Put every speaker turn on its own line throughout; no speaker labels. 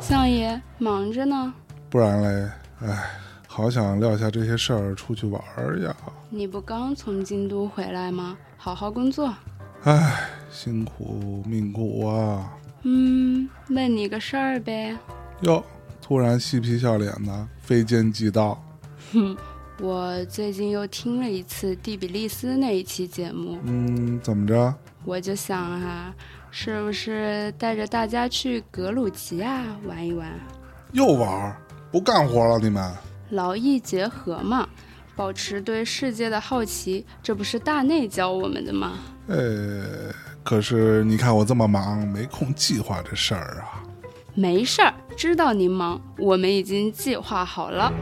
还忙着呢。
不然嘞，哎，好想撂下这些事儿出去玩儿呀！
你不刚从京都回来吗？好好工作。
哎，辛苦命苦啊！
嗯，问你个事儿呗。
哟，突然嬉皮笑脸的，非奸即盗。
哼，我最近又听了一次蒂比利斯那一期节目，
嗯，怎么着？
我就想啊，是不是带着大家去格鲁吉亚玩一玩？
又玩儿？不干活了你们？
劳逸结合嘛，保持对世界的好奇，这不是大内教我们的吗？
呃，可是你看我这么忙，没空计划这事儿啊。
没事儿，知道您忙，我们已经计划好了。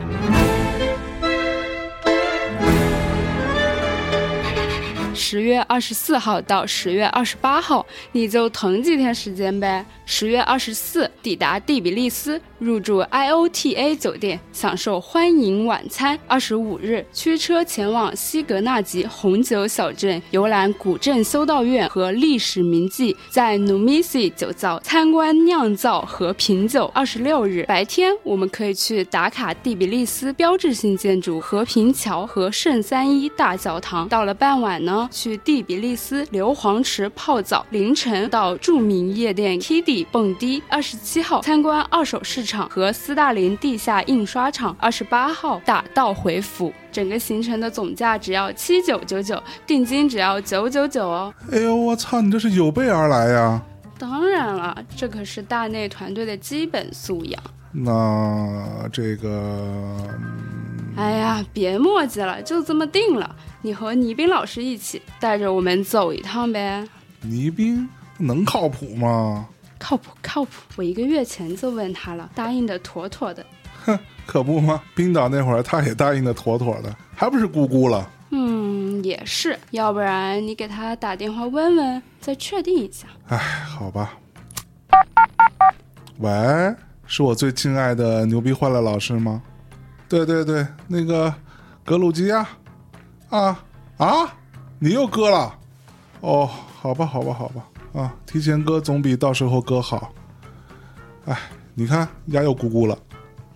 十月二十四号到十月二十八号，你就腾几天时间呗。十月二十四抵达第比利斯，入住 IOTA 酒店，享受欢迎晚餐。二十五日驱车前往西格纳吉红酒小镇，游览古镇修道院和历史名迹，在 Numisi 酒窖参观酿造和品酒。二十六日白天，我们可以去打卡第比利斯标志性建筑和平桥和圣三一大教堂。到了傍晚呢？去第比利斯硫磺池泡澡，凌晨到著名夜店 Kitty 蹦迪。二十七号参观二手市场和斯大林地下印刷厂。二十八号打道回府。整个行程的总价只要七九九九，定金只要九九九哦。
哎呦，我操！你这是有备而来呀？
当然了，这可是大内团队的基本素养。
那这个……
哎呀，别墨迹了，就这么定了。你和倪斌老师一起带着我们走一趟呗。
倪斌能靠谱吗？
靠谱，靠谱。我一个月前就问他了，答应的妥妥的。
哼，可不吗？冰岛那会儿他也答应的妥妥的，还不是咕咕了。
嗯，也是。要不然你给他打电话问问，再确定一下。
哎，好吧。喂，是我最敬爱的牛逼坏了老师吗？对对对，那个格鲁吉亚。啊啊！你又割了？哦，好吧，好吧，好吧，啊，提前割总比到时候割好。哎，你看，牙又咕咕了。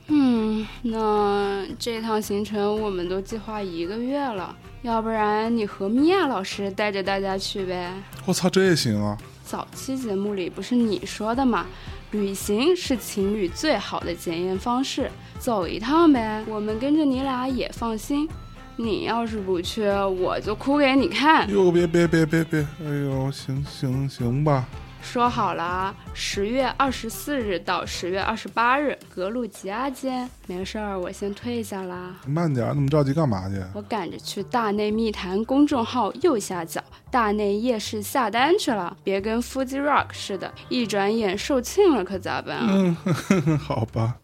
嗯，那这趟行程我们都计划一个月了，要不然你和米娅老师带着大家去呗？
我操，这也行啊！
早期节目里不是你说的吗？旅行是情侣最好的检验方式，走一趟呗，我们跟着你俩也放心。你要是不去，我就哭给你看。
哟，别别别别别！哎呦，行行行吧。
说好了啊，十月二十四日到十月二十八日，格鲁吉亚见。没事儿，我先退下啦。
慢点，那么着急干嘛去？
我赶着去大内密谈公众号右下角大内夜市下单去了，别跟 Fuji Rock 似的，一转眼售罄了，可咋办啊？
嗯，呵呵 好吧。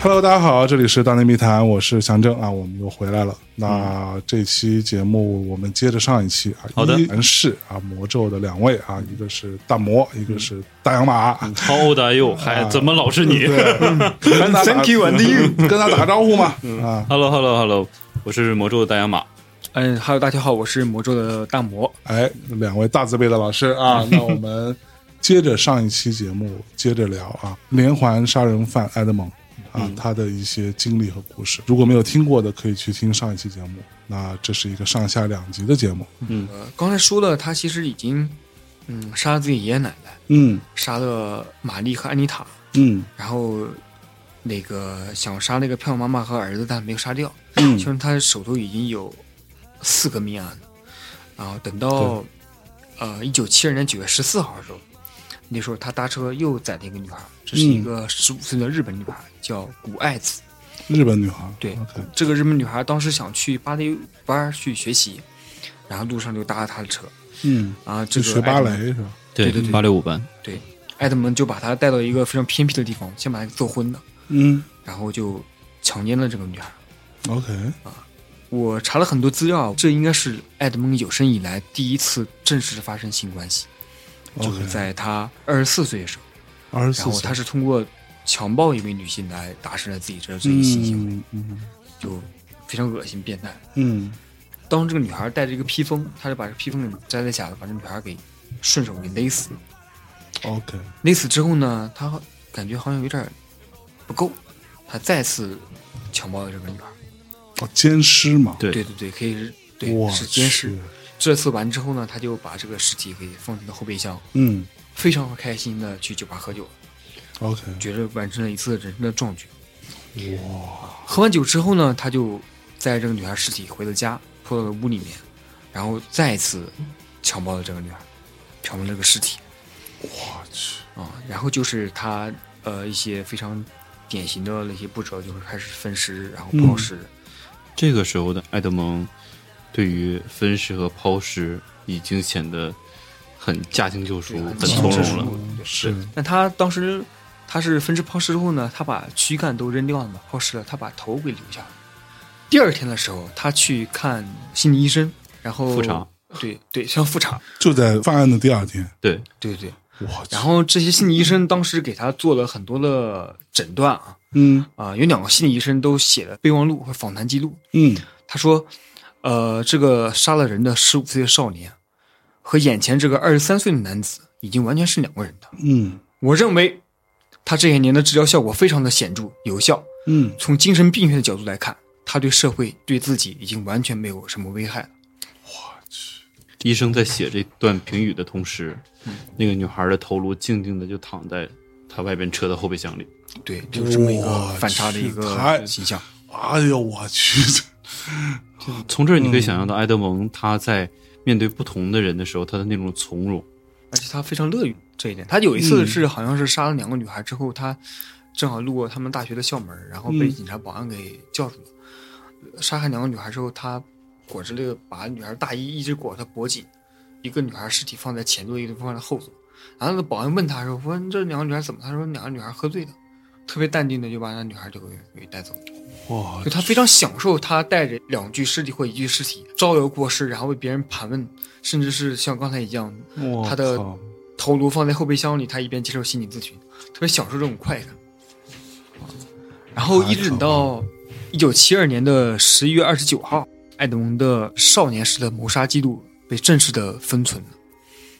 Hello，大家好，这里是大内密谈，我是祥正啊，我们又回来了。那这期节目我们接着上一期啊，
好的
依然是啊魔咒的两位啊，一个是大魔，一个是大洋马。
超的哟，嗨，怎么老是你
对，跟他打
Thank you and you
跟他打个招呼嘛啊，
？Hello Hello Hello，我是魔咒大洋马。
嗯哈喽，大家好，我是魔咒的大魔。
哎，两位大字辈的老师 啊，那我们接着上一期节目接着聊啊，连环杀人犯埃德蒙啊，
嗯
他的一些经历和故事。如果没有听过的，可以去听上一期节目。那这是一个上下两集的节目，
呃，刚才说了，他其实已经嗯杀了自己爷爷奶奶，
嗯
杀了玛丽和安妮塔，
嗯
然后那个想杀那个漂亮妈妈和儿子，但没有杀掉。
嗯
其实他手头已经有四个命案，然后等到呃一九七二年九月十四号的时候，那时候他搭车又载了一个女孩，这是一
嗯
个十五岁的日本女孩，叫古爱子。
日本女孩，
对
，OK，
这个日本女孩当时想去芭蕾班儿去学习，然后路上就搭了他的车，
嗯，
啊，这
就
个
学芭
埃德蒙，
蕾是吧？
对
对对
八六五班，
对，埃德蒙就把她带到一个非常偏僻的地方，先把她给揍昏了，
嗯
然后就强奸了这个女孩。
，OK，
我查了很多资料，这应该是埃德蒙有生以来第一次正式发生性关系。就是在他二十四岁的时候，
二十
然
四
后
岁
他，是通过强暴一位女性来达成了自己这罪行行为，
嗯嗯
就非常恶心变态。
嗯
当这个女孩带着一个披风，他就把这个披风给摘在下来，把这女孩给顺手给勒死。嗯
，OK，
勒死之后呢，他感觉好像有点不够，他再次强暴了这个女孩。
哦，奸尸嘛，
对
对对对，可以是，
我
对是监视。这次完之后呢，他就把这个尸体给放进了后备箱，
嗯
非常开心的去酒吧喝酒，
，OK，
觉得完成了一次人生的壮举。哇！喝完酒之后呢，他就载这个女孩尸体回了家，拖到了屋里面，然后再一次强暴了这个女孩，强暴了这个尸体。
我去，
啊、然后就是他呃一些非常典型的那些步骤，就是开始分尸，然后
嗯
抛尸，
这个时候的埃德蒙，对于分尸和抛尸已经显得很驾轻就熟
对，
很
很
从
轻
容
松
了。
了。对
是
但他当时他是分尸抛尸之后呢，他把躯干都扔掉了嘛，抛尸了，他把头给留下了。第二天的时候，他去看心理医生，然后
复查，
对对，像复查，
就在犯案的第二天，
对，
对对。
我去
然，后这些心理医生当时给他做了很多的诊断啊
嗯
啊、有两个心理医生都写了备忘录和访谈记录，
嗯
他说：“呃，这个杀了人的十五岁的少年和眼前这个二十三岁的男子已经完全是两个人的。
嗯
我认为他这些年的治疗效果非常的显著有效。
嗯
从精神病学的角度来看，他对社会、对自己已经完全没有什么危害了。
医生在写这段评语的同时，那个女孩的头颅静静的就躺在他外边车的后备箱里。
对，就这么一个
哇
反差的一
是太
个形象。
哎呦我去，
从这儿你可以想象到埃德蒙他在面对不同的人的时候，他的那种从容。
而且他非常乐于这一点。他有一次是好像是杀了两个女孩之后，他正好路过他们大学的校门，然后被警察保安给叫住了。杀害两个女孩之后，他裹着这个把女孩大衣一直裹着脖颈，一个女孩尸体放在前座，一个放在后座。然后那保安问他说：“问这两个女孩怎么？”他说：“两个女孩喝醉了。”特别淡定的就把那女孩就给给带走了。
哇
就，他非常享受他带着两具尸体或一具尸体招摇过市，然后被别人盘问，甚至是像刚才一样
我
他的
靠
头颅放在后备箱里，他一边接受心理咨询，特别享受这种快感。然后一直等到一九七二年的十一月二十九号，艾德蒙的少年时的谋杀记录被正式的封存了，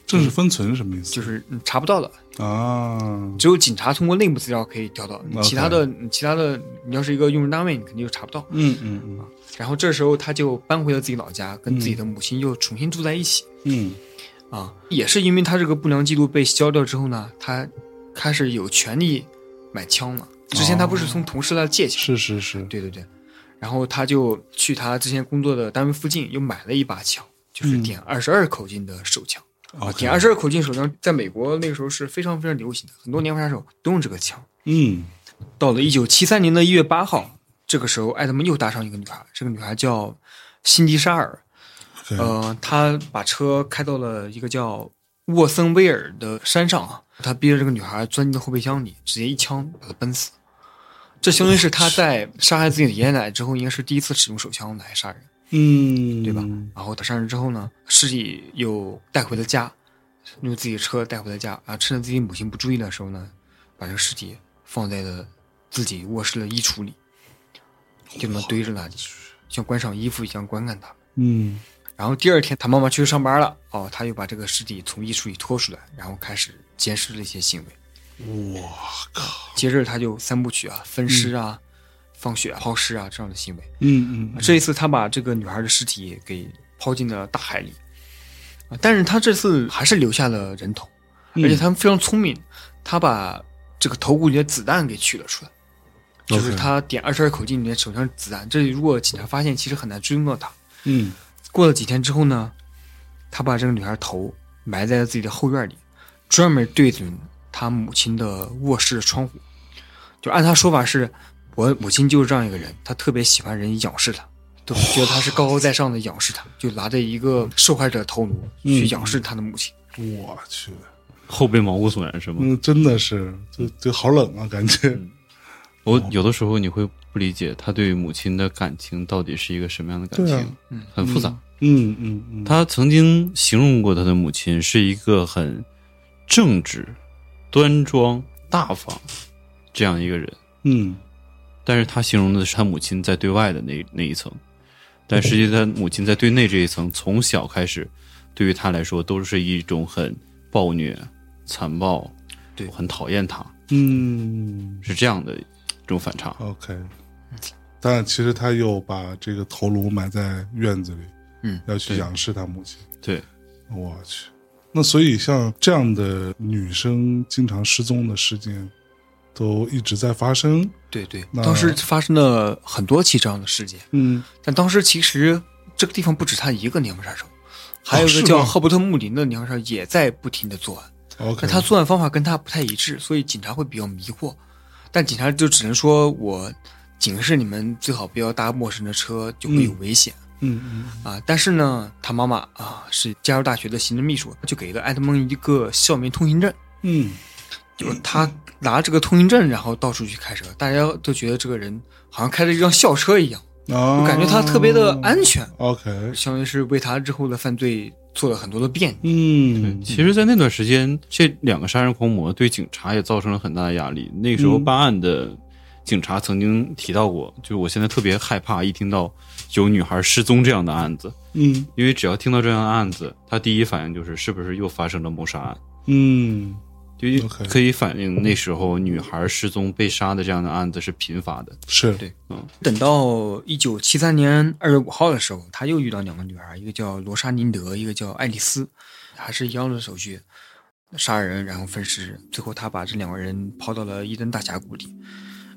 正式分存是什么意思？
就是嗯查不到了，
啊，
只有警察通过内部资料可以调到，
OK
其他的其他的你要是一个用人单位，你肯定就查不到。
嗯嗯
然后这时候他就搬回了自己老家，跟自己的母亲又重新住在一起。
嗯
啊，也是因为他这个不良记录被消掉之后呢，他开始有权利买枪了。之前他不是从同事那借枪，
是是是，
哦对对对，然后他就去他之前工作的单位附近又买了一把枪，就是点二十二口径的手枪。嗯啊，点二十二口径手枪在美国那个时候是非常非常流行的，很多连环杀手都用这个枪。
嗯
到了一九七三年的一月八号，这个时候艾德蒙又搭上一个女孩，这个女孩叫辛迪沙尔，
对
呃，他把车开到了一个叫沃森威尔的山上啊，他逼着这个女孩钻进了后备箱里，直接一枪把她崩死。这相当于是他在杀害自己的爷爷奶奶之后，应该是第一次使用手枪来杀人。
嗯，
对吧？然后他杀人之后呢，尸体又带回了家，用自己的车带回了家啊。趁着自己母亲不注意的时候呢，把这个尸体放在了自己卧室的衣橱里，就这么堆着垃圾，像观赏衣服一样观看它。
嗯
然后第二天，他妈妈去上班了，哦，他又把这个尸体从衣橱里拖出来，然后开始监视这些行为。我靠！接着他就三部曲啊，分尸啊、放血、啊、抛尸啊这样的行为。
嗯嗯，
这一次他把这个女孩的尸体给抛进了大海里，啊，但是他这次还是留下了人头，
嗯
而且他们非常聪明，他把这个头骨里的子弹给取了出来，就是
OK
他点二十二口径里面手枪子弹，这里如果警察发现，其实很难追踪到他。
嗯
过了几天之后呢，他把这个女孩头埋在了自己的后院里，专门对准他母亲的卧室窗户。就按他说法是，我母亲就是这样一个人，她特别喜欢人仰视她，都觉得她是高高在上的仰视她，就拿着一个受害者的头颅
嗯
去仰视他的母亲。
我去，
后背毛骨悚然是吗？
嗯，真的是，就就好冷啊，感觉，
我
哦
有的时候你会不理解他对母亲的感情到底是一个什么样的感
对
情，
啊
很复杂。
嗯嗯嗯，
他曾经形容过他的母亲是一个很正直、端庄、大方这样一个人，
嗯
但是他形容的是他母亲在对外的那那一层，
嗯
但实际他母亲在对内这一层，从小开始，对于他来说都是一种很暴虐、残暴，
对
很讨厌他，
嗯
是这样的一种反差。
OK，但其实他又把这个头颅埋在院子里，
嗯，
要去
对
仰视他母亲。
对，
我去，那所以像这样的女生经常失踪的事件，都一直在发生。
对对，
那
当时发生了很多起这样的事件，
嗯
但当时其实这个地方不止他一个娘们杀手，还有一
是
哦
个
吗
叫赫伯特·穆林的娘们杀手也在不停的作案，
OK，
但他作案方法跟他不太一
嗯
致，所以警察会比较迷惑，但警察就只能说我警示你们最好不要搭陌生的车，就会有危险。
嗯嗯
啊，但是呢，他妈妈啊是加州大学的行政秘书，就给了埃德蒙一个校园通行证，
嗯
就是他拿这个通行证，然后到处去开车，大家都觉得这个人好像开着一辆校车一样，
啊，
就感觉他特别的安全，
OK，
相当于是为他之后的犯罪做了很多的便利。
嗯，
其实，在那段时间，这两个杀人狂魔对警察也造成了很大的压力。那个时候，
嗯
办案的警察曾经提到过，就是我现在特别害怕一听到有女孩失踪这样的案子，
嗯
因为只要听到这样的案子，他第一反应就是是不是又发生了谋杀案，
嗯
就一
OK
可以反映那时候女孩失踪被杀的这样的案子是频发的。
是
对等到一九七三年二月五号的时候，他又遇到两个女孩，一个叫罗莎琳德，一个叫爱丽丝，还是一样的手续，杀人然后分尸。最后他把这两个人抛到了伊登大峡谷里。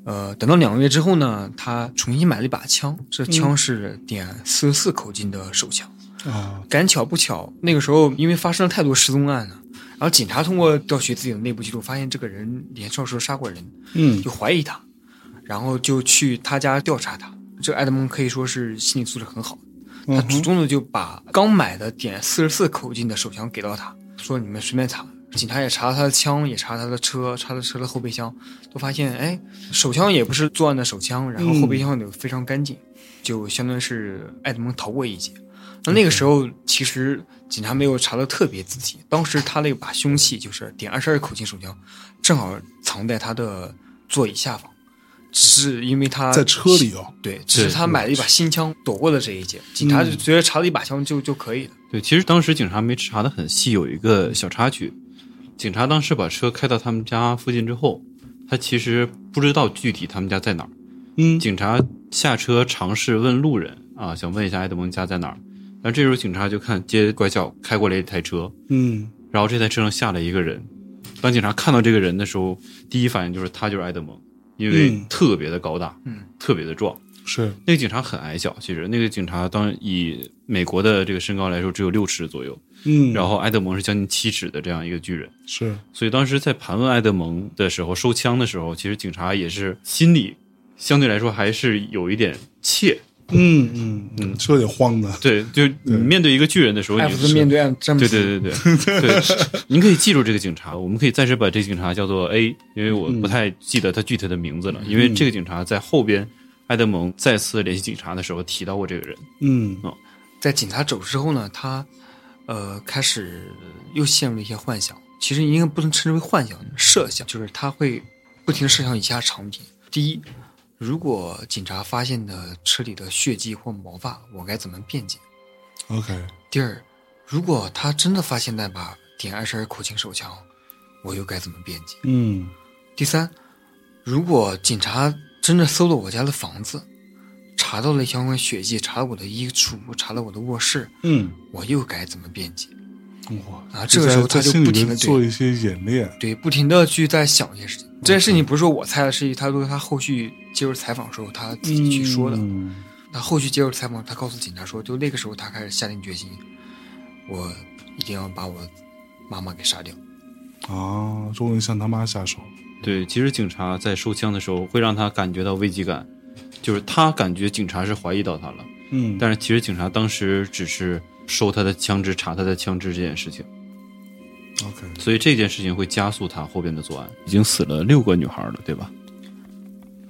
呃，等到两个月之后呢，他重新买了一把枪，这枪是点四十四口径的手枪。
啊，
赶巧不巧，那个时候因为发生了太多失踪案了，然后警察通过调取自己的内部记录，发现这个人年少时候杀过人，
嗯
就怀疑他，然后就去他家调查他。这个埃德蒙可以说是心理素质很好，
嗯
他主动的就把刚买的点四十四口径的手枪给到他，说你们随便查。警察也查了他的枪，也查了他的车，查了车的后备箱，都发现哎，手枪也不是作案的手枪，然后
嗯
后备箱也非常干净，就相当于是埃德蒙逃过一劫。那那个
嗯
时候其实警察没有查的特别仔细，当时他那把凶器就是点二十二口径手枪，正好藏在他的座椅下方，只是因为他
在车里哦，
对，只是他买了一把新枪，躲过了这一劫。警察就觉得查了一把枪就就可以了。
对，其实当时警察没查的很细，有一个小插曲，警察当时把车开到他们家附近之后，他其实不知道具体他们家在哪儿。
嗯
警察下车尝试问路人啊，想问一下埃德蒙家在哪儿。但这时候警察就看街拐角开过来一台车，
嗯
然后这台车上下来一个人。当警察看到这个人的时候，第一反应就是他就是埃德蒙，因为
嗯
特别的高大，
嗯，
特别的壮。
是
那个警察很矮小，其实那个警察当以美国的这个身高来说，只有六尺左右。
嗯，
然后埃德蒙是将近七尺的这样一个巨人，
是
所以当时在盘问埃德蒙的时候，收枪的时候，其实警察也是心里相对来说还是有一点怯，
嗯嗯嗯
这得慌的，
对，就你面对一个巨人的时候，
艾
你
弗森
是
面对艾詹姆
对
斯，
对对对对， 您可以记住这个警察，我们可以暂时把这个警察叫做 A，因为我不太记得他具体的名字了，因为这个警察在后边埃德蒙再次联系警察的时候提到过这个人，
嗯
在警察走之后呢，他呃开始又陷入了一些幻想。其实应该不能称之为幻想，设想就是他会不停地设想以下场景：第一，如果警察发现了车里的血迹或毛发，我该怎么辩解？
OK，
第二，如果他真的发现那把点二十二口径手枪，我又该怎么辩解？
嗯
第三，如果警察真的搜了我家的房子，查到了相关血迹，查了我的衣橱，查了我的卧室，
嗯
我又该怎么辩解？
哇，
啊，这个时候他
在
就
心
不
里
停
面
的
做
对
一些演练，
对，不停的去在想一些事情。这件事情不是说我猜的，是他说他后续接受采访的时候他自己去说的。
嗯
他后续接受采访，他告诉警察说，就那个时候他开始下定决心，我一定要把我妈妈给杀掉。
啊，终于向他妈下手。
对，其实警察在收枪的时候会让他感觉到危机感，就是他感觉警察是怀疑到他了，
嗯，
但是其实警察当时只是收他的枪支、查他的枪支这件事情，
OK，
所以这件事情会加速他后边的作案。已经死了六个女孩了，对吧？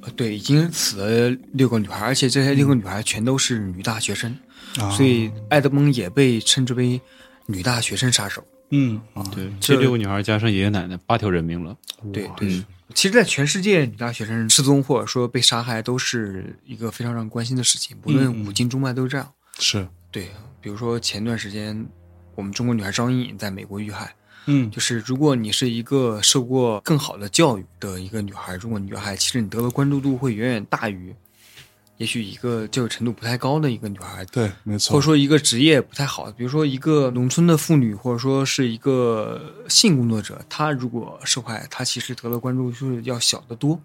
呃，对，已经死了六个女孩，而且这些六个女孩全都是女大学生，
啊
所以艾德蒙也被称之为女大学生杀手。
嗯啊，
对，
这
这六个女孩加上爷爷奶奶，八条人命了。
对对
嗯，
其实，在全世界，女大学生失踪或者说被杀害，都是一个非常让人关心的事情。不论
嗯嗯
古今中外都是这样。
是
对，比如说前段时间，我们中国女孩张颖在美国遇害，
嗯
就是如果你是一个受过更好的教育的一个女孩，如果你遇害，其实你得到关注度会远远大于，也许一个教育程度不太高的一个女孩
对，没
或
错
者，说一个职业不太好，比如说一个农村的妇女，或者说是一个性工作者，她如果受害，她其实得到关注就是要小得多。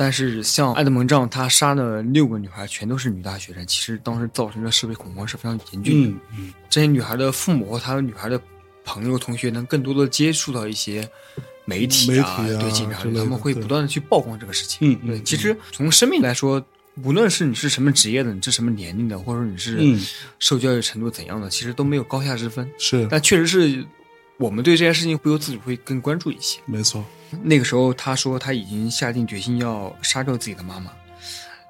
但是像埃德蒙·丈，他杀的六个女孩全都是女大学生，其实当时造成的社会恐慌是非常严峻的。
嗯嗯
这些女孩的父母和她们女孩的朋友、同学能更多的接触到一些媒体啊，
媒体啊
对警察
之类，的
他们会
对
不断的去曝光这个事情。
嗯嗯
对，
嗯
其实从生命来说，无论是你是什么职业的，你是什么年龄的，或者说你是
嗯
受教育程度怎样的，其实都没有高下之分。
是
但确实是我们对这件事情不由自主会更关注一些。
没错，
那个时候，他说他已经下定决心要杀掉自己的妈妈。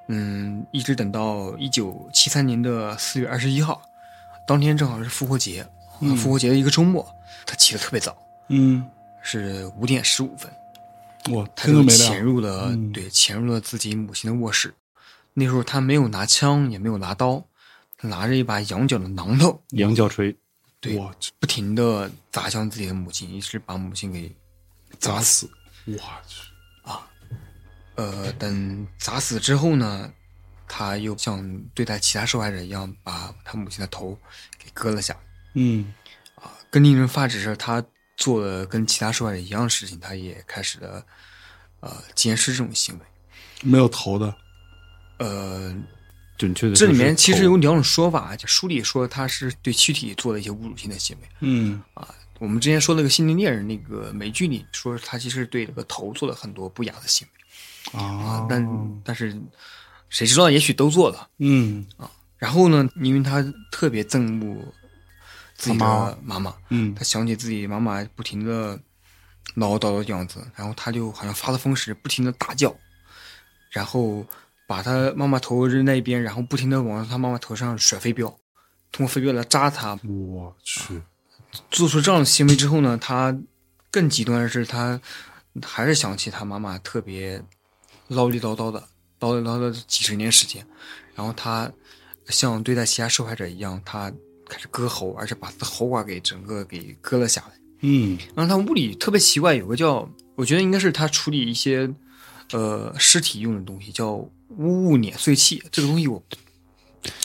嗯，一直等到一九七三年的四月二十一号，当天正好是复活节，
嗯
复活节的一个周末，他起得特别早，
嗯，
是五点十五分，
我
他
天都
就
没
潜
亮，
入了、
嗯
对潜入了自己母亲的卧室。那时候他没有拿枪，也没有拿刀，他拿着一把羊角的榔头，
羊角锤，
对
我去，
不停的砸向自己的母亲，一直把母亲给
砸
砸死。
死，我去，
呃，等砸死之后呢，他又像对待其他受害者一样，把他母亲的头给割了下。
嗯
更令人发指是，他做了跟其他受害者一样的事情，他也开始了呃监视这种行为。
没有头的，
呃，
准确的
这
说
里
是
面其实
头
有两种说法，啊就书里说他是对躯体做了一些侮辱性的行为。
嗯
我们之前说那个《心灵猎人》那个美剧里说，他其实对这个头做了很多不雅的行为啊
哦
啊，
但但是谁知道，也许都做了。
嗯
然后呢，因为他特别憎恶自己的妈妈，
嗯
他想起自己妈妈不停的唠叨的样子，然后他就好像发了疯似的，不停的大叫，然后把他妈妈头扔在一边，然后不停的往他妈妈头上甩飞镖，通过飞镖来扎他。
我去，
做出这样的行为之后呢，他更极端的是，他还是想起他妈妈特别唠里唠叨的，唠里唠叨几十年时间，然后他像对待其他受害者一样，他开始割喉，而且把他的喉管给整个给割了下来。
嗯
然后他屋里特别奇怪，有个叫我觉得应该是他处理一些呃尸体用的东西，叫污物碾碎器。这个东西我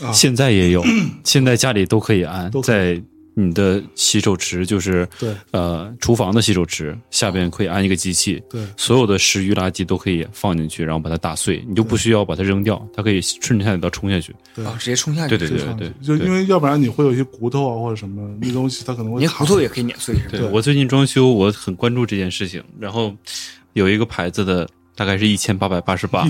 啊
现在也 有，现在家里都可以安
都，可
在你的洗手池，就是
对
呃厨房的洗手池下边可以安一个机器，
对，
所有的食鱼垃圾都可以放进去，然后把它打碎，你就不需要把它扔掉，它可以顺着下水道冲下去。
对
啊直接冲下去，
对对对
非常
对
就
对
因为要不然你会有一些骨头啊或者什么那东西，它可能会
连
卡
骨头也可以碾碎，是吧？
对
我最近装修，我很关注这件事情，然后有一个牌子的。大概是一千八百八 十八，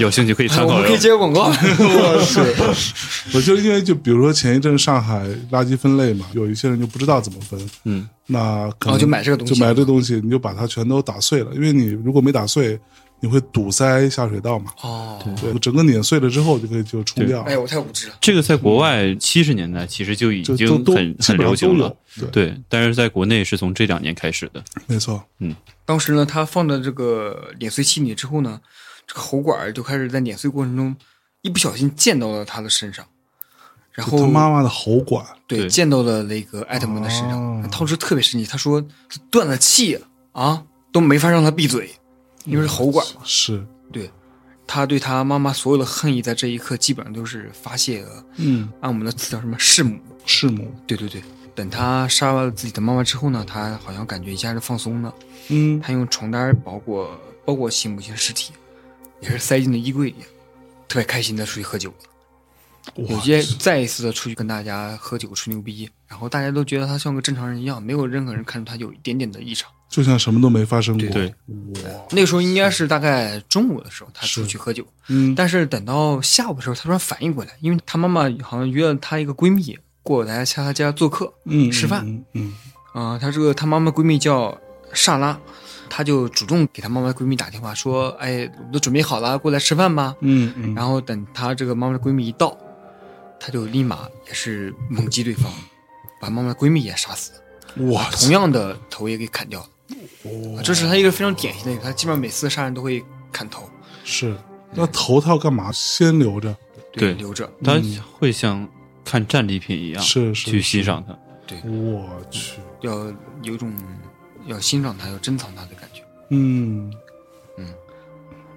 有兴趣可以参
我
考
们
一
可以
下。
接个广告。
我是， 我就因为就比如说前一阵上海垃圾分类嘛，有一些人就不知道怎么分，
嗯，
那可能、
哦就买这个东西
就买这东西，你就把它全都打碎了，因为你如果没打碎，你会堵塞下水道嘛，
哦，
对，整个碾碎了之后就可以就冲掉，
哎，我太无知了。
这个在国外七十年代其实就已
就
经
都都
很
基
很
本
流
上都
行了
有，，对，
对，但是在国内是从这两年开始的。
没错，
当时呢，他放到这个碾碎器里之后呢，这个喉管儿就开始在碾碎过程中一不小心溅到了他的身上，然
就
后
他妈妈的喉管，
对
对
溅到了那个艾特蒙的身上。
哦
他当时特别生气，他说他断了气了啊，都没法让他闭嘴，因为是喉管嘛。
是
对，他对他妈妈所有的恨意在这一刻基本上都是发泄了。
嗯
按我们的词叫什么弑母，
弑母，
对对对。等他杀了自己的妈妈之后呢，他好像感觉一下就放松了。
嗯
他用床单包裹包裹其母亲的尸体，也是塞进了衣柜里，特别开心的出去喝酒。有
我
些再一次的出去跟大家喝酒吹牛逼，然后大家都觉得他像个正常人一样，没有任何人看出他有一点点的异常。
就像什么都没发生过，
对，
那个时候应该是大概中午的时候，他出去喝酒，
嗯
但是等到下午的时候，他突然反应过来，因为他妈妈好像约了他一个闺蜜过来下他家做客，
嗯
吃饭
嗯嗯
啊、她这个她妈妈闺蜜叫莎拉，她就主动给她妈妈闺蜜打电话说：“哎，我们都准备好了，过来吃饭吧。
嗯嗯，”
然后等她这个妈妈的闺蜜一到，她就立马也是猛击对方，把妈妈的闺蜜也杀死。
后
我
同样的头也给砍掉了。这是他一个非常典型的一个，他基本上每次杀人都会砍头，
是那头套干嘛？先留着，
对
留着。
他会像看战利品一样，
嗯是是
去欣赏它。
我去，
要有一种要欣赏它、要珍藏它的感觉。
嗯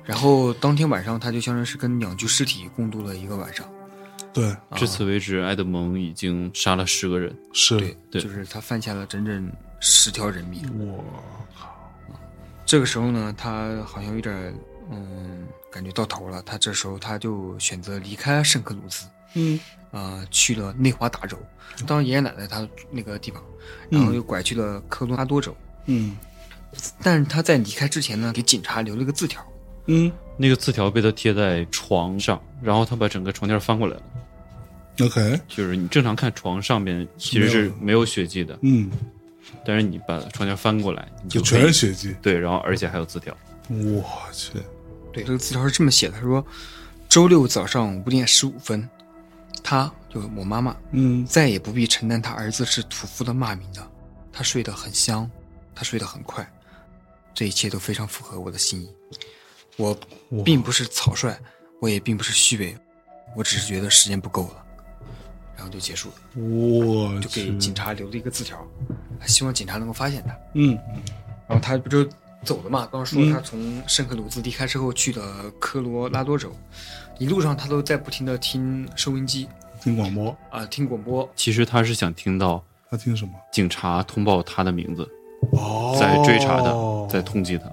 然后当天晚上，他就相当于是跟两具尸体共度了一个晚上。
对，
啊
至此为止，埃德蒙已经杀了十个人。
是
对
就是他犯下了整整十条人命。
我
这个时候呢，他好像有点儿嗯，感觉到头了。他这时候他就选择离开圣克鲁兹，
嗯
啊、去了内华达州，当时爷爷奶奶他那个地方，然后又拐去了科罗拉多州。
嗯
但是他在离开之前呢，给警察留了个字条，
嗯
那个字条被他贴在床上，然后他把整个床垫翻过来了。
OK，
就是你正常看床上边其实是没有血迹的，
嗯
但是你把床垫翻过来，你
就
可
全
以
是血迹，
对，然后而且还有字条。
我去，
对，这个字条是这么写的：他说，周六早上五点十五分，他就是我妈妈，
嗯
再也不必承担他儿子是屠夫的骂名了。他睡得很香，他睡得很快，这一切都非常符合我的心意。我并不是草率，我也并不是虚伪，我只是觉得时间不够了，然后就结束了，
我
就给
去，
警察留了一个字条，希望警察能够发现他。
嗯
然后他不就走了嘛？刚刚说
嗯
他从圣克鲁兹离开之后去了科罗拉多州，一路上他都在不停的听收音机
听广播，
啊、听广播，
其实他是想听到
他听什么？
警察通报他的名字，
哦，
在追查他，在通缉他。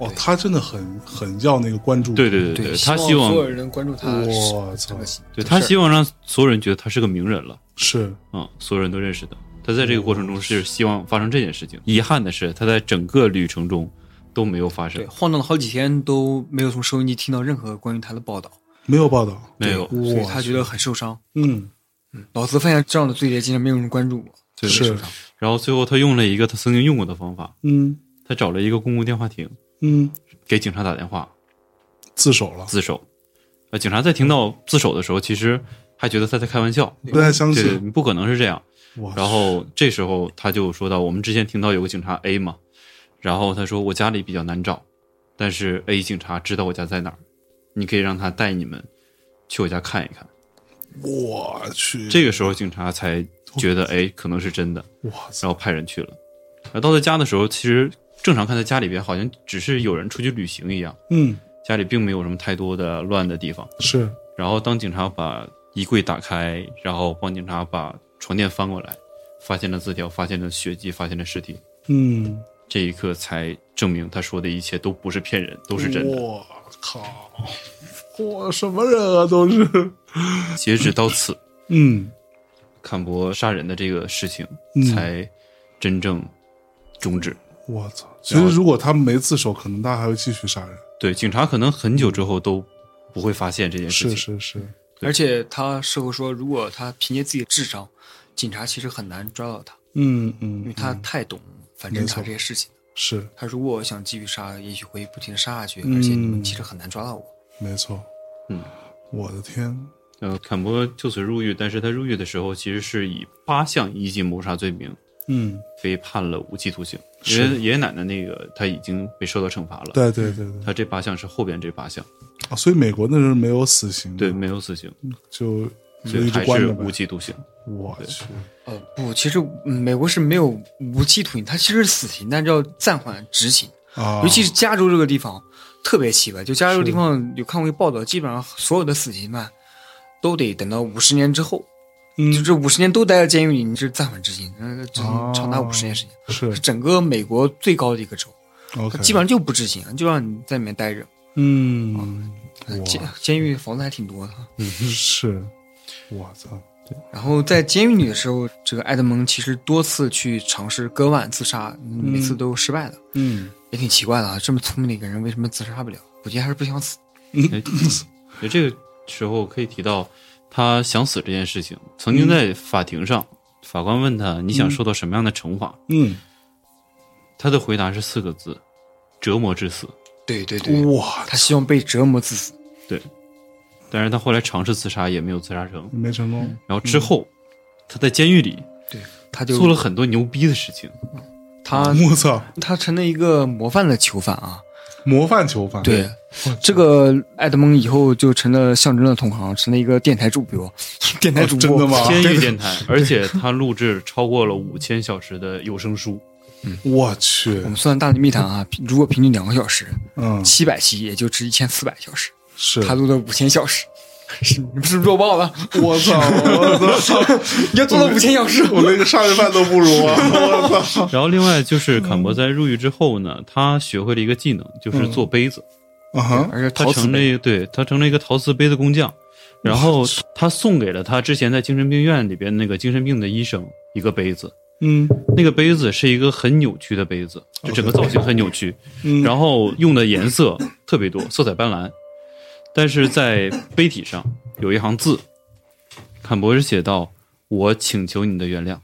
哦，他真的很很要那个关注，
对，对对，他希望
所有人能关注他
我
这
操
个，事
对他希
望
望让所有人觉得他是个名人了，
是
啊，所有人都认识他。他在这个过程中是希望发生这件事
嗯
情。遗憾的是，他在整个旅程中都没有发生
对，晃荡了好几天都没有从收音机听到任何关于他的报道，
没有报道，
没有
对所以他觉得很受伤。
嗯
老子犯下这样的罪孽，竟然没有人关注我，
对
是
受伤。
然后最后他用了一个他曾经用过的方法，
嗯
他找了一个公共电话亭
嗯
给警察打电话
自首了，
自首。呃，警察在听到自首的时候，其实还觉得他在开玩笑，
不太相
对，
信，
不可能是这样。
哇，
然后这时候他就说到，我们之前听到有个警察 A 嘛，然后他说我家里比较难找，但是 A 警察知道我家在哪儿，你可以让他带你们去我家看一看。
我去，
这个时候警察才觉得，哎，可能是真的，
哇塞，
然后派人去了。然后到他家的时候，其实正常看他家里边好像只是有人出去旅行一样，
嗯
家里并没有什么太多的乱的地方。
是
然后当警察把衣柜打开，然后帮警察把床垫翻过来，发现了字条，发现了血迹，发现了尸体。
嗯
这一刻才证明他说的一切都不是骗人，都是真的。
嗯我靠，我什么人啊，都是，
截止到此，
嗯
坎博杀人的这个事情
嗯
才真正终止。
我操，其实如果他没自首，可能他还会继续杀人，
对，警察可能很久之后都不会发现这件事
是
情。
是是，
而且他事后说，如果他凭借自己的智商，警察其实很难抓到他，
嗯
因为
嗯
他太懂反侦查这些事情。
是
他如果想继续杀，也许会不停的杀下去，
嗯
而且你们其实很难抓到我。
没错，
嗯，
我的天，
呃，坎博就此入狱，但是他入狱的时候其实是以八项一级谋杀罪名
嗯
被判了无期徒刑，因
是
为爷爷奶奶那个他已经被受到惩罚了。
对对对对，
他这八项是后边这八项，
啊所以美国那是没有死刑的，
对，没有死刑，
就
所
就
以
嗯一直
还
关
是
着呗
无，期徒刑。
我去，
呃，不，其实嗯美国是没有无期徒刑，它其实是死刑，但是要暂缓执行。
哦
啊，
尤其是加州这个地方特别奇怪，就加州这个地方有看过一个报道，基本上所有的死刑犯都得等到五十年之后，就
嗯
这五十年都待在监狱里，你这暂缓执行，呃，这
哦
长达五十年时间，
是
是整个美国最高的一个州，它
OK，
基本上就不执行，就让你在里面待着。
嗯
监
哇嗯
监狱房子还挺多的。
是，我操，
然后在监狱里的时候，这个埃德蒙其实多次去尝试割腕自杀，每次都失败了，
嗯
也挺奇怪的啊。这么聪明的一个人，为什么自杀不了？估计还是不想死。
哎，也这个时候可以提到他想死这件事情。曾
嗯
经在法庭上，法官问他：“你想受到什么样的惩罚
嗯？”
他的回答是四个字：“折磨致死。
对对对，
哇，
他希望被折磨致死。”
但是他后来尝试自杀也没有自杀成。
没成功，
然后之后，他在监狱里
对他就
做了很多牛逼的事情。
啊
他
我操，
他成了一个模范的囚犯啊。
模范囚犯，
对，这个埃德蒙以后就成了象征了同行，成了一个电台主播， 电台主播、
真的吗啊
天域电台， 而且他录制超过了五千小时的有声书，
我去
我，们算《大内密谈》啊，如果平均两个小时，
嗯，
七百期也就值一千四百小时，
是，
他录了五千小时，是你们是不是弱爆 了？
我操，我操，
你要做到五千小时，
我连个杀人犯都不 如啊！我操，
然后另外就是坎伯在入狱之后呢，
嗯
他学会了一个技能，就是做杯子。
啊哈，
而且
他
嗯陶瓷
成了
杯嗯
一对他成了一个陶瓷杯的工匠，然后他送给了他之前在精神病院里边那个精神病的医生一个杯子，
嗯
那个杯子是一个很扭曲的杯子，
哦
就整个造型很扭曲，
嗯
然后用的颜色特别多，色彩斑斓，但是在杯体上有一行字，坎博士写道：“我请求你的原谅。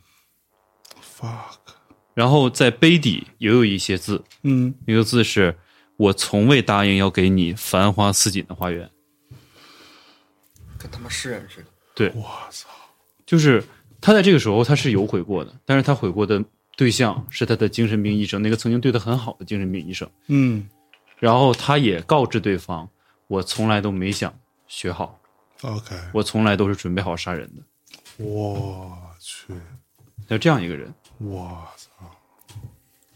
fuck，”
然后在杯底也有一些字，
嗯
一个字是“我从未答应要给你繁花似锦的花园”。
跟他妈诗人似的。
我操，
就是他在这个时候他是有悔过的，但是他悔过的对象是他的精神病医生，那个曾经对他很好的精神病医生。
嗯
然后他也告知对方，我从来都没想学好，
，OK，
我从来都是准备好杀人的。
我去，
就这样一个人，
我操，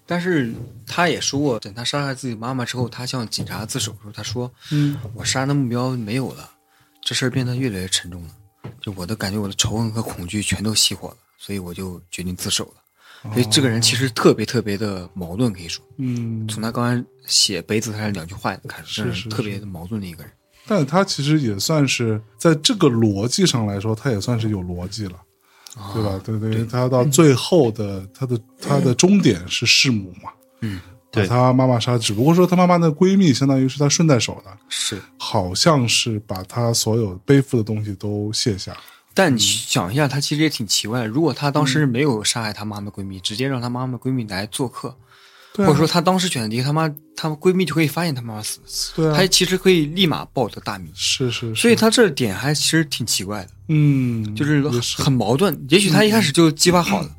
但是他也说过，等他杀害自己妈妈之后，他向警察自首的时候，他说：“
嗯，
我杀人的目标没有了，这事儿变得越来越沉重了。就我的感觉，我的仇恨和恐惧全都熄火了，所以我就决定自首了。所以这个人其实特别特别的矛盾，可以说，
嗯
从他刚才写杯子他两句话看，这
是是
人特别的矛盾的一个人。
但他其实也算是在这个逻辑上来说，他也算是有逻辑了，
啊
对吧？对对，他到最后
嗯
的他的他的终点是弑母嘛，
嗯，
把
对
他妈妈杀，只不过说他妈妈的闺蜜相当于是他顺带手的，
是，
好像是把他所有背负的东西都卸下，嗯
但你想一下，他其实也挺奇怪的。如果他当时没有杀害他妈妈闺蜜，直接让他妈妈闺蜜来做客，
对啊
或者说他当时选择离开他妈，他闺蜜就可以发现他妈妈死了，
对啊
他，其实可以立马报得大名。
是是，是
所以他这点还其实挺奇怪的，
嗯
就是
也是嗯
很矛盾。也许他一开始就计划好了，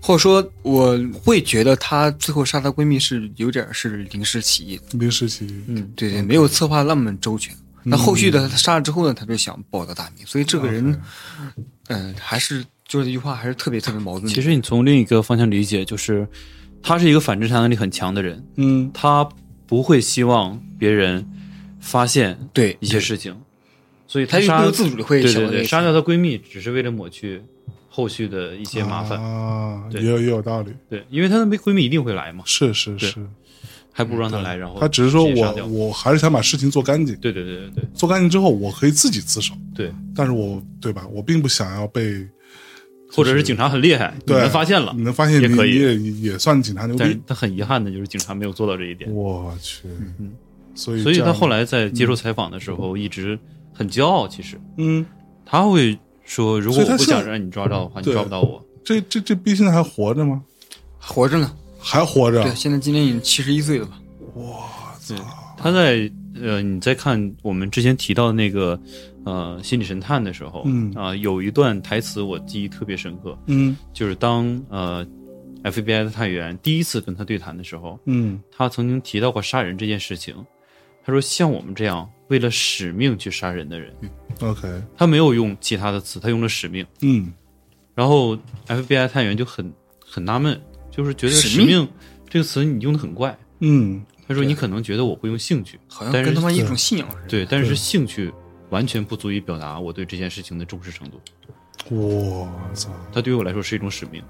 或者说我会觉得他最后杀她闺蜜是有点是临时起意的，
临时起义，
嗯，
对对，没有策划那么周全。那后续的他杀了之后呢，他就想报答大名，所以这个人，嗯、还是就是这句话还是特别特别矛盾的。
啊其实你从另一个方向理解，就是他是一个反侦查能力很强的人，
嗯
他不会希望别人发现
对
一些事情，所以
他就
杀
不由自主的会
对
想
对
到这
对，
个
杀掉她闺蜜只是为了抹去后续的一些麻烦。
啊，也
对
有也有道理，
对，因为她的闺蜜一定会来嘛，
是是
对
是，
还不如让她来，然后
他只是说
直接杀
我
掉
我还是想把事情做干净，
对对对对
做干净之后我可以自己自首，
对对，
但是我对吧，我并不想要被
或者是警察很厉害，你
对
们发现了
你，能发现
啊也
你
可以
也也算警察牛
但是
逼，
他很遗憾的就是警察没有做到这一点，
我去，
嗯，
所以
所以
这
他
样嗯
后来在接受采访的时候一直很骄傲。其实
嗯
他会说，如
所
果
以
我
他
不
现在
想让你抓到的话，你
对
抓不到我。
这这这逼现在还活着吗？
活着呢，
还活着
对，，现在今年已经七十一岁了吧？
他在呃，你在看我们之前提到的那个呃心理神探的时候，
嗯
啊、有一段台词我记忆特别深刻，
嗯
就是当呃 FBI 的探员第一次跟他对谈的时候，
嗯
他曾经提到过杀人这件事情。他说，像我们这样为了使命去杀人的人，
嗯
，OK，
他没有用其他的词，他用了使命。
嗯
然后 FBI 探员就很很纳闷，就是觉得
使
使
命
命这个词你用的很怪。
嗯
他说
对
你可能觉得我会用兴趣，
好像
但
跟他
是
妈一种信仰似的。
对，但是兴趣完全不足以表达我对这件事情的重视程度。
我操
它对于我来说是一种使命。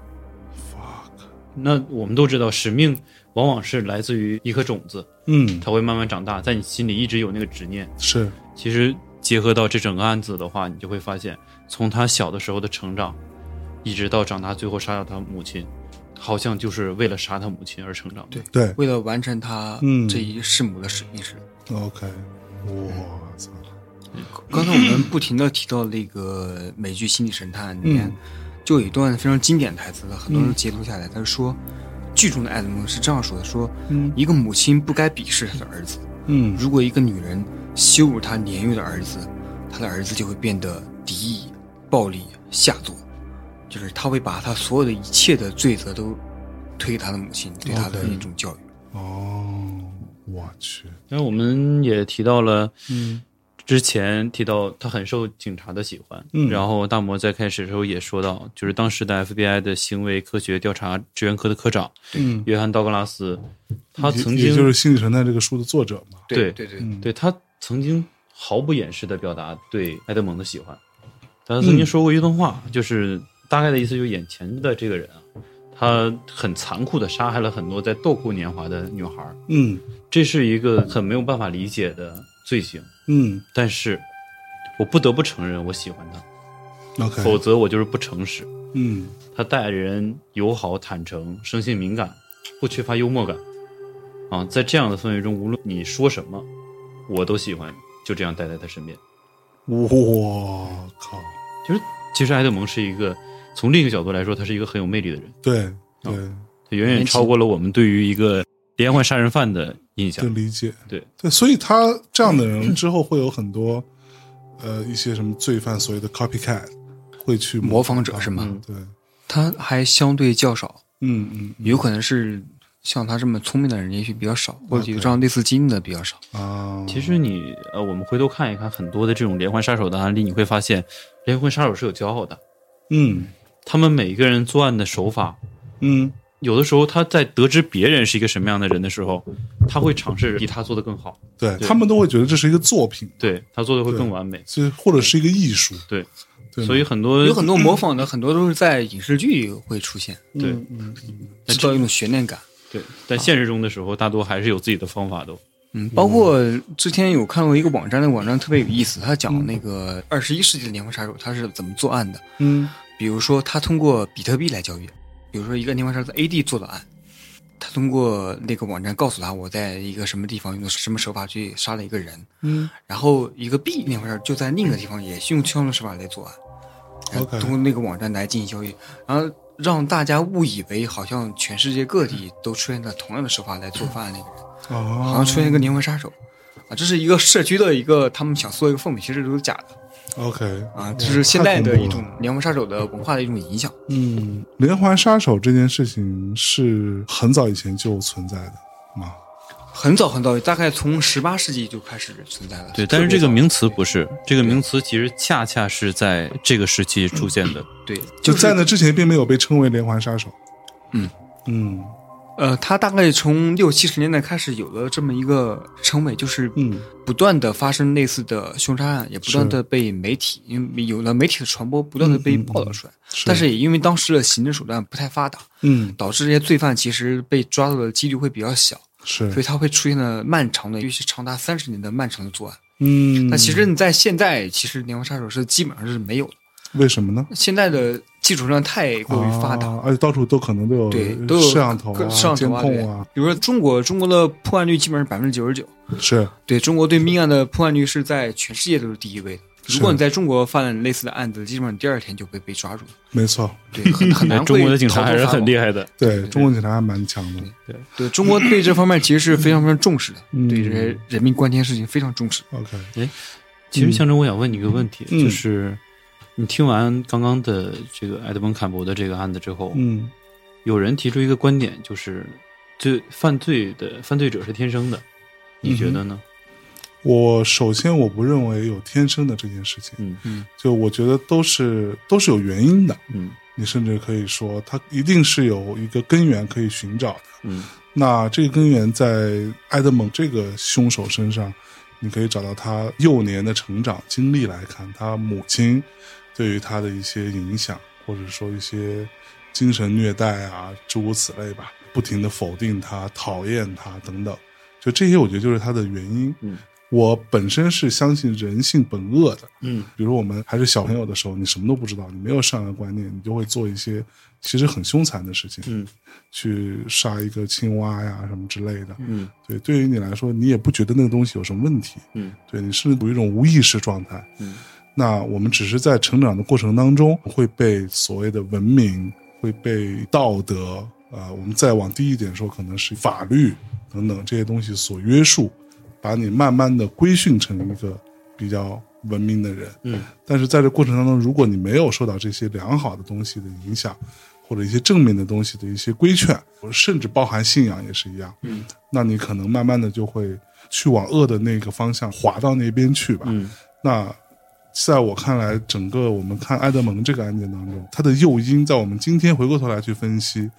，fuck，
那我们都知道，使命往往是来自于一颗种子，
嗯
它会慢慢长大，在你心里一直有那个执念。
是
其实结合到这整个案子的话，你就会发现，从他小的时候的成长，一直到长大最后杀掉他母亲，好像就是为了杀他母亲而成长。
对
对
为了完成他
嗯
这一弑母的使命似的。
，OK，我操，
刚才我们不停的提到那个美剧《心理神探》里面，
嗯
就有一段非常经典台词，
嗯
很多人截图下来。他说，剧中的艾德蒙是这样说的：说、
嗯
一个母亲不该鄙视她的儿子，
嗯
如果一个女人羞辱她年幼的儿子，她的儿子就会变得敌意、暴力、下作。就是他会把他所有的一切的罪责都推给他的母亲对他的
OK
一种教育。
哦，我去，
但是我们也提到了，
嗯，
之前提到他很受警察的喜欢，
嗯
然后大魔在开始的时候也说到，就是当时的 FBI 的行为科学调查支援科的科长
嗯
约翰道格拉斯，他
也
曾
也
经
就是《心理神探》这个书的作者嘛，
对
对对，
嗯
对他曾经毫不掩饰的表达对埃德蒙的喜欢。他曾经说过一段话，就是大概的意思就是眼前的这个人啊，他很残酷的杀害了很多在豆蔻年华的女孩儿，
嗯
这是一个很没有办法理解的罪行。
嗯
但是，我不得不承认我喜欢他，
OK
否则我就是不诚实。
嗯
他待人友好、坦诚，生性敏感，不缺乏幽默感。啊，在这样的氛围中，无论你说什么，我都喜欢，就这样待在他身边。
我靠，
其实埃德蒙是一个，从另一个角度来说，他是一个很有魅力的人，
对对，
他远远超过了我们对于一个连环杀人犯的印
这
象。
理解，
对
对，所以他这样的人之后会有很多，呃，一些什么罪犯所谓的 copycat 会去
模仿者是吗
嗯对，
他还相对较少，
嗯嗯
有可能是像他这么聪明的人也许比较少，或者
啊
有这样类似经历的比较少。
啊，
其实你呃，我们回头看一看很多的这种连环杀手的案例，你会发现，连环杀手是有骄傲的，
嗯
他们每一个人作案的手法，
嗯
有的时候他在得知别人是一个什么样的人的时候，他会尝试比他做的更好，
对
对
他们都会觉得这是一个作品，
对他做的会更完美。
所以或者是一个艺术，
对
对吗，
所以很多
有很多模仿的，很多都是在影视剧里会出现，
对
嗯
制造一种悬念感。
对，但现实中的时候，大多还是有自己的方法的。哦
嗯，包括之前有看过一个网站，那个网站特别有意思，他讲那个二十一世纪的连环杀手他是怎么作案的。
嗯
比如说，他通过比特币来交易，比如说一个连环杀手 A D 做的案，他通过那个网站告诉他我在一个什么地方用什么手法去杀了一个人，
嗯
然后一个 B 连环杀手就在另一个地方也是用相同的手法来作案，然后
OK
通过那个网站来进行交易，然后让大家误以为好像全世界各地都出现了同样的手法来做犯案那个人。好
啊
像出现一个连环杀手，啊，这是一个社区的一个他们想塑一个氛围，其实都是假的
，OK
啊，
哇
这是现代
太
的
恐怖
一种
了
连环杀手的文化的一种影响。
嗯
连环杀手这件事情是很早以前就存在的嘛，
很早很早，大概从十八世纪就开始存在了。
对，但是这个
特别早
名词不是，这个名词其实恰恰是在这个时期出现的。
对，
就
就是
在那之前并没有被称为连环杀手。
嗯
呃，他大概从六七十年代开始有了这么一个称谓，就是
嗯
不断的发生类似的凶杀案，也不断的被媒体，因为有了媒体的传播，不断的被
嗯嗯嗯
报道出来。但是也因为当时的行政手段不太发达，
嗯
导致这些罪犯其实被抓到的几率会比较小。
是
所以它会出现了漫长的，尤其长达三十年的漫长的作案。
嗯，
但其实你在现在，其实连环杀手是基本上是没有的。
为什么呢？
现在的技术上太过于发达，
啊而且到处都可能都有
对，都有
摄像头啊、
各摄像
监
头啊，
控啊
对，。比如说中国，中国的破案率基本上是百分之九十九，
是
对中国对命案的破案率是在全世界都是第一位的。如果你在中国犯了类似的案子，基本上第二天就被被抓住了，
没错，
对，很很难会
中国的警察
逃脱
还是
法嗯
很
网
厉害的。
对中国警察还蛮强的。
对中国对这方面其实是非常非常重视的，
嗯
对这些人民关心的事情非常重视。
OK，
其实象征，我想问你一个问题，
嗯
就是你听完刚刚的这个埃德蒙·坎伯的这个案子之后，
嗯
有人提出一个观点，就是这犯罪的犯罪者是天生的，你
嗯
觉得呢？
我首先我不认为有天生的这件事情，
嗯
就我觉得都是都是有原因的。
嗯
你甚至可以说，它一定是有一个根源可以寻找的。
嗯
那这个根源在埃德蒙这个凶手身上，你可以找到他幼年的成长经历来看，他母亲对于他的一些影响，或者说一些精神虐待啊，诸如此类吧，不停的否定他、讨厌他等等，就这些，我觉得就是他的原因。
嗯，
我本身是相信人性本恶的，
嗯
比如我们还是小朋友的时候，你什么都不知道，你没有善恶观念，你就会做一些其实很凶残的事情，
嗯
去杀一个青蛙呀什么之类的。
嗯
对，对于你来说，你也不觉得那个东西有什么问题，
嗯
对你甚至处于一种无意识状态。
嗯，
那我们只是在成长的过程当中，会被所谓的文明，会被道德，啊，我们再往低一点说，可能是法律等等这些东西所约束，把你慢慢的规训成一个比较文明的人。
嗯，
但是在这过程当中，如果你没有受到这些良好的东西的影响，或者一些正面的东西的一些规劝，甚至包含信仰也是一样。
嗯，
那你可能慢慢的就会去往恶的那个方向滑到那边去吧。
嗯
那在我看来，整个我们看埃德蒙这个案件当中，它的诱因在我们今天回过头来去分析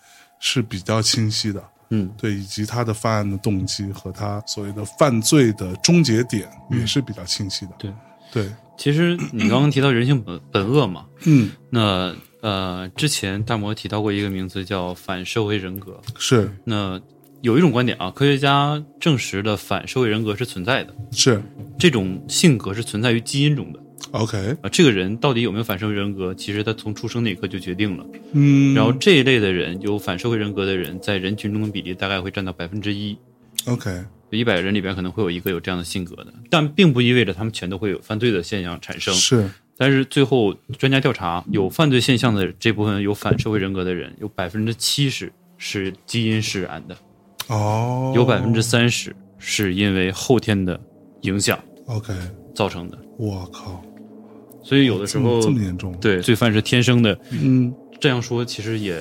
是比较清晰的。
嗯
对，以及他的犯案的动机和他所谓的犯罪的终结点也是比较清晰的。
嗯对
对，
其实你刚刚提到人性本本恶嘛，
嗯，
那呃，之前大魔提到过一个名字叫反社会人格。
是
那有一种观点啊，科学家证实了反社会人格是存在的，
是
这种性格是存在于基因中的。
，OK，
啊，这个人到底有没有反社会人格，其实他从出生那一刻就决定了。
嗯，
然后这一类的人，有反社会人格的人，在人群中的比例大概会占到百分之一，
OK，
一百人里边可能会有一个有这样的性格的，但并不意味着他们全都会有犯罪的现象产生。
是
但是最后专家调查，有犯罪现象的这部分有反社会人格的人，有百分之七十是基因使然的，
哦，
有百分之三十是因为后天的影响
OK，
造成的。
我靠，
所以有的时
这么
候
这么严重，，啊
对罪犯是天生的，
嗯，
这样说其实也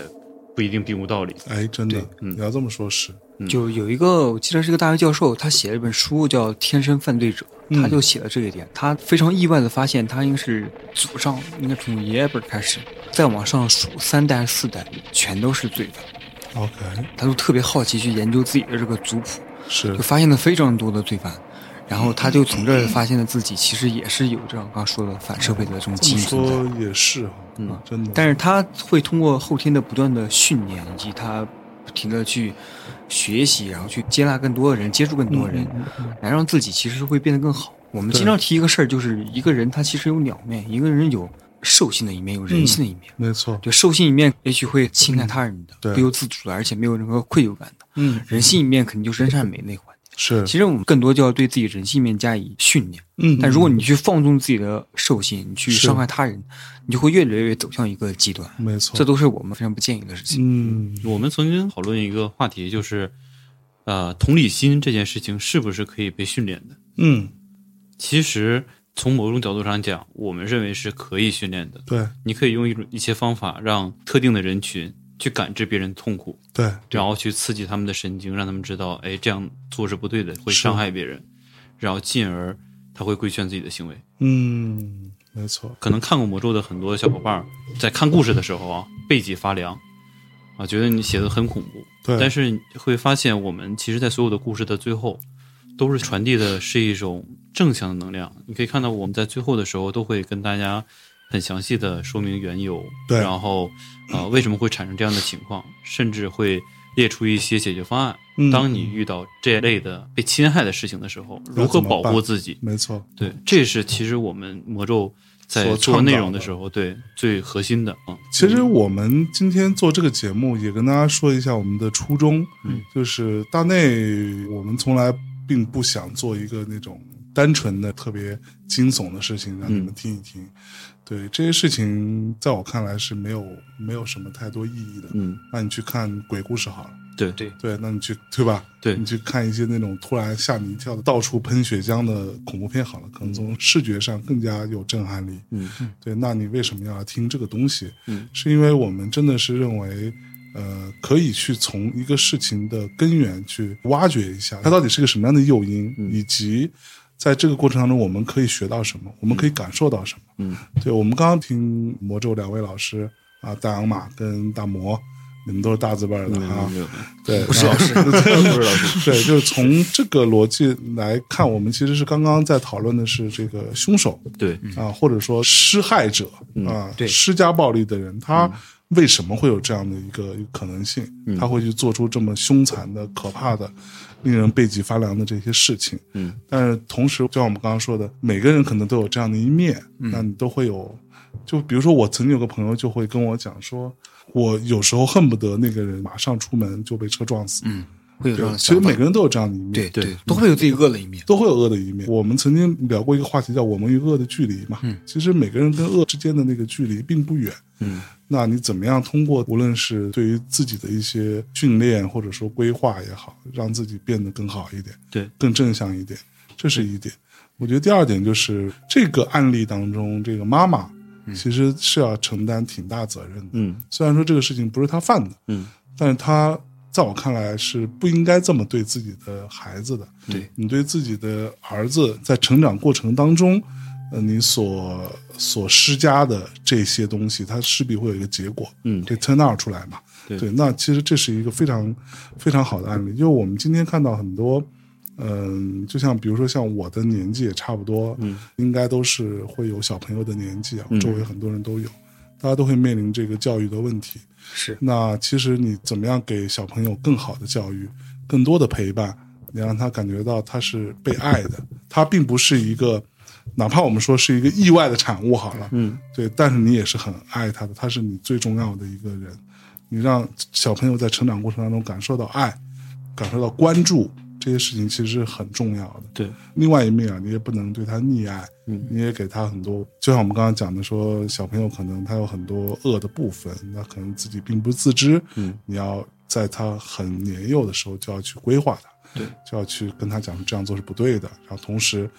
不一定并无道理。
哎，真的
对，
嗯
你要这么说，是，
就有一个，我记得是个大学教授，他写了一本书叫《天生犯罪者》，
嗯
他就写了这一点。他非常意外的发现，他应该是祖上，应该从爷爷辈儿开始，再往上数三代四代，全都是罪犯。
OK，
他就特别好奇去研究自己的这个族谱，
是
就发现了非常多的罪犯。然后他就从这儿发现了自己其实也是有这样刚刚说的反社会的这种基
这嗯
因
么
存在。
说也是哈，啊
嗯，
真的，
但是他会通过后天的不断的训练，以及他不停的去学习，然后去接纳更多的人，接触更
嗯
多的人，来让自己其实会变得更好。我们
对
经常提一个事儿，就是一个人他其实有两面，一个人有兽性的一面，有人性的一面。
没错，
就兽性一面也许会侵害他人的，
嗯对
不由自主的，而且没有任何愧疚感的；
嗯，
人性一面肯定就是真善美那环。
是，
其实我们更多就要对自己人性面加以训练。
嗯
但如果你去放纵自己的兽性，你去
是
伤害他人，你就会越来越走向一个极端。
嗯没错，
这都是我们非常不建议的事情。
嗯，
我们曾经讨论一个话题，就是呃，同理心这件事情是不是可以被训练的？
嗯，
其实从某种角度上讲，我们认为是可以训练的。
对
你可以用一种一些方法，让特定的人群去感知别人痛苦，
对，
然后去刺激他们的神经，让他们知道，哎，这样做是不对的，会
是
伤害别人，然后进而他会规劝自己的行为。
嗯，没错，
可能看过《魔咒》的很多小伙伴儿，在看故事的时候啊，背脊发凉，啊，觉得你写的很恐怖。
对，
但是你会发现，我们其实，在所有的故事的最后，都是传递的是一种正向的能量。你可以看到，我们在最后的时候都会跟大家很详细的说明缘由，
对
然后呃为什么会产生这样的情况，甚至会列出一些解决方案。
嗯
当你遇到这类的被侵害的事情的时候，
要
如何
怎么
保护
办
自己？
没错，
对，这是其实我们魔咒在
所
做
倡
内
导
容的
的
时候，对最核心的啊。
其实我们今天做这个节目，也跟大家说一下我们的初衷，
嗯
就是大内我们从来并不想做一个那种单纯的、特别惊悚的事情让
嗯
你们听一听。对这些事情，在我看来是没有没有什么太多意义的。
嗯，
那你去看鬼故事好了，
对
对
对，那你去对吧？
对
你去看一些那种突然吓你一跳的、到处喷血浆的恐怖片好了，可能从视觉上更加有震撼力。
嗯
对，那你为什么要听这个东西？
嗯，
是因为我们真的是认为，呃，可以去从一个事情的根源去挖掘一
嗯
下，它到底是个什么样的诱因，以及在这个过程当中我们可以学到什么，
嗯
我们可以感受到什么。
嗯，
对，我们刚刚听魔咒两位老师啊，大洋马跟大魔，你们都是大字辈儿的
没有
哈
没，有，
对，
嗯不是 老师，
不知道是
对，就是从这个逻辑来看，我们其实是刚刚在讨论的是这个凶手
对，
啊，或者说施害者啊，
嗯对
施加暴力的人，他为什么会有这样的一个可能性？
嗯
他会去做出这么凶残的、可怕的、令人背脊发凉的这些事情。
嗯，
但是同时，就像我们刚刚说的，每个人可能都有这样的一面，
嗯
那你都会有。就比如说，我曾经有个朋友就会跟我讲说，我有时候恨不得那个人马上出门就被车撞死。
嗯，会有这
对
样的
其实
想法
每个人都有这样的一面，
对
对
对，都会有自己恶的一面。
都会有恶的一
嗯
面。我们曾经聊过一个话题，叫“我们与恶的距离”嘛。
嗯，
其实每个人跟恶之间的那个距离并不远。
嗯，
那你怎么样通过无论是对于自己的一些训练或者说规划也好，让自己变得更好一点，
对，
更正向一点，这是一点。我觉得第二点就是这个案例当中，这个妈妈
嗯
其实是要承担挺大责任的。
嗯
虽然说这个事情不是她犯的，
嗯，
但是她在我看来是不应该这么对自己的孩子的。
嗯
对
你对自己的儿子在成长过程当中，呃，你所所施加的这些东西，它势必会有一个结果。
嗯
这 turn out 出来嘛。
对
那其实这是一个非常非常好的案例，因为我们今天看到很多，嗯、就像比如说像我的年纪也差不多，
嗯，
应该都是会有小朋友的年纪啊，
嗯
周围很多人都有，大家都会面临这个教育的问题。
是
那其实你怎么样给小朋友更好的教育，更多的陪伴，你让他感觉到他是被爱的，他并不是一个，哪怕我们说是一个意外的产物好了，
嗯，
对，但是你也是很爱他的，他是你最重要的一个人，你让小朋友在成长过程当中感受到爱，感受到关注，这些事情其实是很重要的。
对，
另外一面啊，你也不能对他溺爱，
嗯
你也给他很多，就像我们刚刚讲的说，小朋友可能他有很多恶的部分，那可能自己并不自知，
嗯，
你要在他很年幼的时候就要去规划他，
对，
就要去跟他讲这样做是不对的，然后同时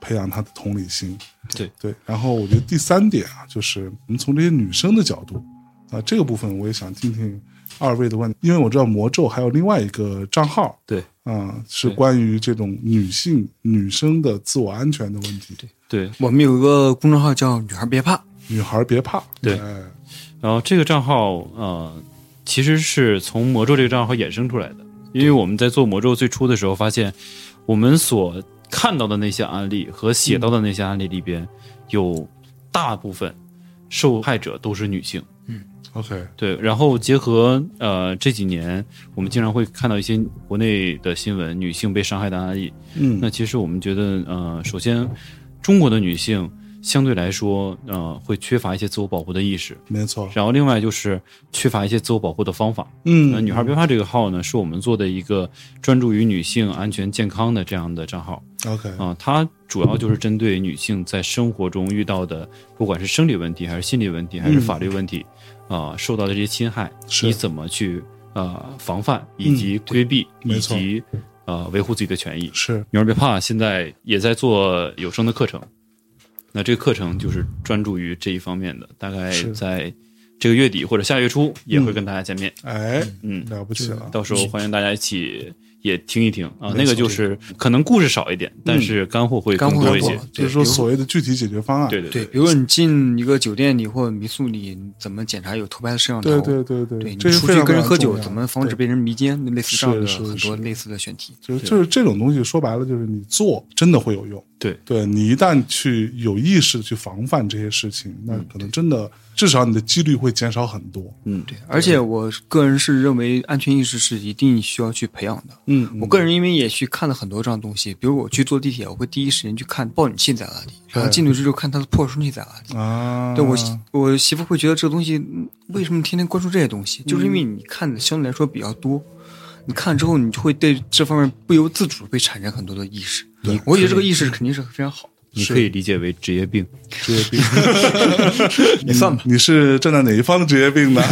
培养他的同理心，
对
对，然后我觉得第三点啊，就是我们从这些女生的角度啊，这个部分我也想听听二位的观点，因为我知道魔咒还有另外一个账号，
对，
啊、是
对
关于这种女性女生的自我安全的问题。
对。
我们有一个公众号叫“女孩别怕
女孩别怕，
对
哎
然后这个账号呃，其实是从魔咒这个账号衍生出来的，因为我们在做魔咒最初的时候发现，我们所看到的那些案例和写到的那些案例里边，有大部分受害者都是女性。
，OK，
对，然后结合呃这几年，我们经常会看到一些国内的新闻，女性被伤害的案例。
嗯
那其实我们觉得，呃，首先，中国的女性相对来说，呃，会缺乏一些自我保护的意识。
没错，
然后另外就是缺乏一些自我保护的方法。那
嗯
女孩别怕这个号呢，是我们做的一个专注于女性安全健康的这样的账号
，OK，
啊、它主要就是针对女性在生活中遇到的，不管是生理问题，还是心理问题，还是法律问题，啊、受到的这些侵害，
嗯是嗯
你怎么去呃防范，以及规避，
没
以
错
及呃维护自己的权益。
是，
女儿别怕，现在也在做有声的课程。那这个课程就是专注于这一方面的，大概
是
在这个月底或者下月初也会跟大家见面。
哎，
嗯，
了不起了，
到时候欢迎大家一起也听一听
没。
啊
错
那个就是可能故事少一点，但是干货会”，
干
更
货
多
干
一些
货。，
就是
对
说
比如
所谓的具体解决方案，
对对
对，比如说你进一个酒店里或民宿里，你怎么检查有偷拍的摄像头？
对对对
对
对，
你
这是
出
非
去
常
跟人
非
喝
常
酒，
重要
怎么防
对
止被人迷奸？类似这样的
是是
很多
是
类似的选题。
就是就是这种东西，说白了就是你做真的会有用。
对
对你一旦去有意识地去防范这些事情，那可能真的至少你的几率会减少很多。
嗯，
对，而且我个人是认为安全意识是一定需要去培养的。
嗯
我个人因为也去看了很多这样的东西，比如我去坐地铁，我会第一时间去看报警器在哪里，然后进去之后看它的破窗器在哪里。
啊，
对我媳，我媳妇会觉得这个东西嗯为什么天天关注这些东西，就是因为你看的相对来说比较多，你看之后你就会对这方面不由自主地会产生很多的意识。我觉得这个意识肯定是非常好的，
你可以理解为职业病。
职业病，
也算吧，
你是站在哪一方的职业 病呢？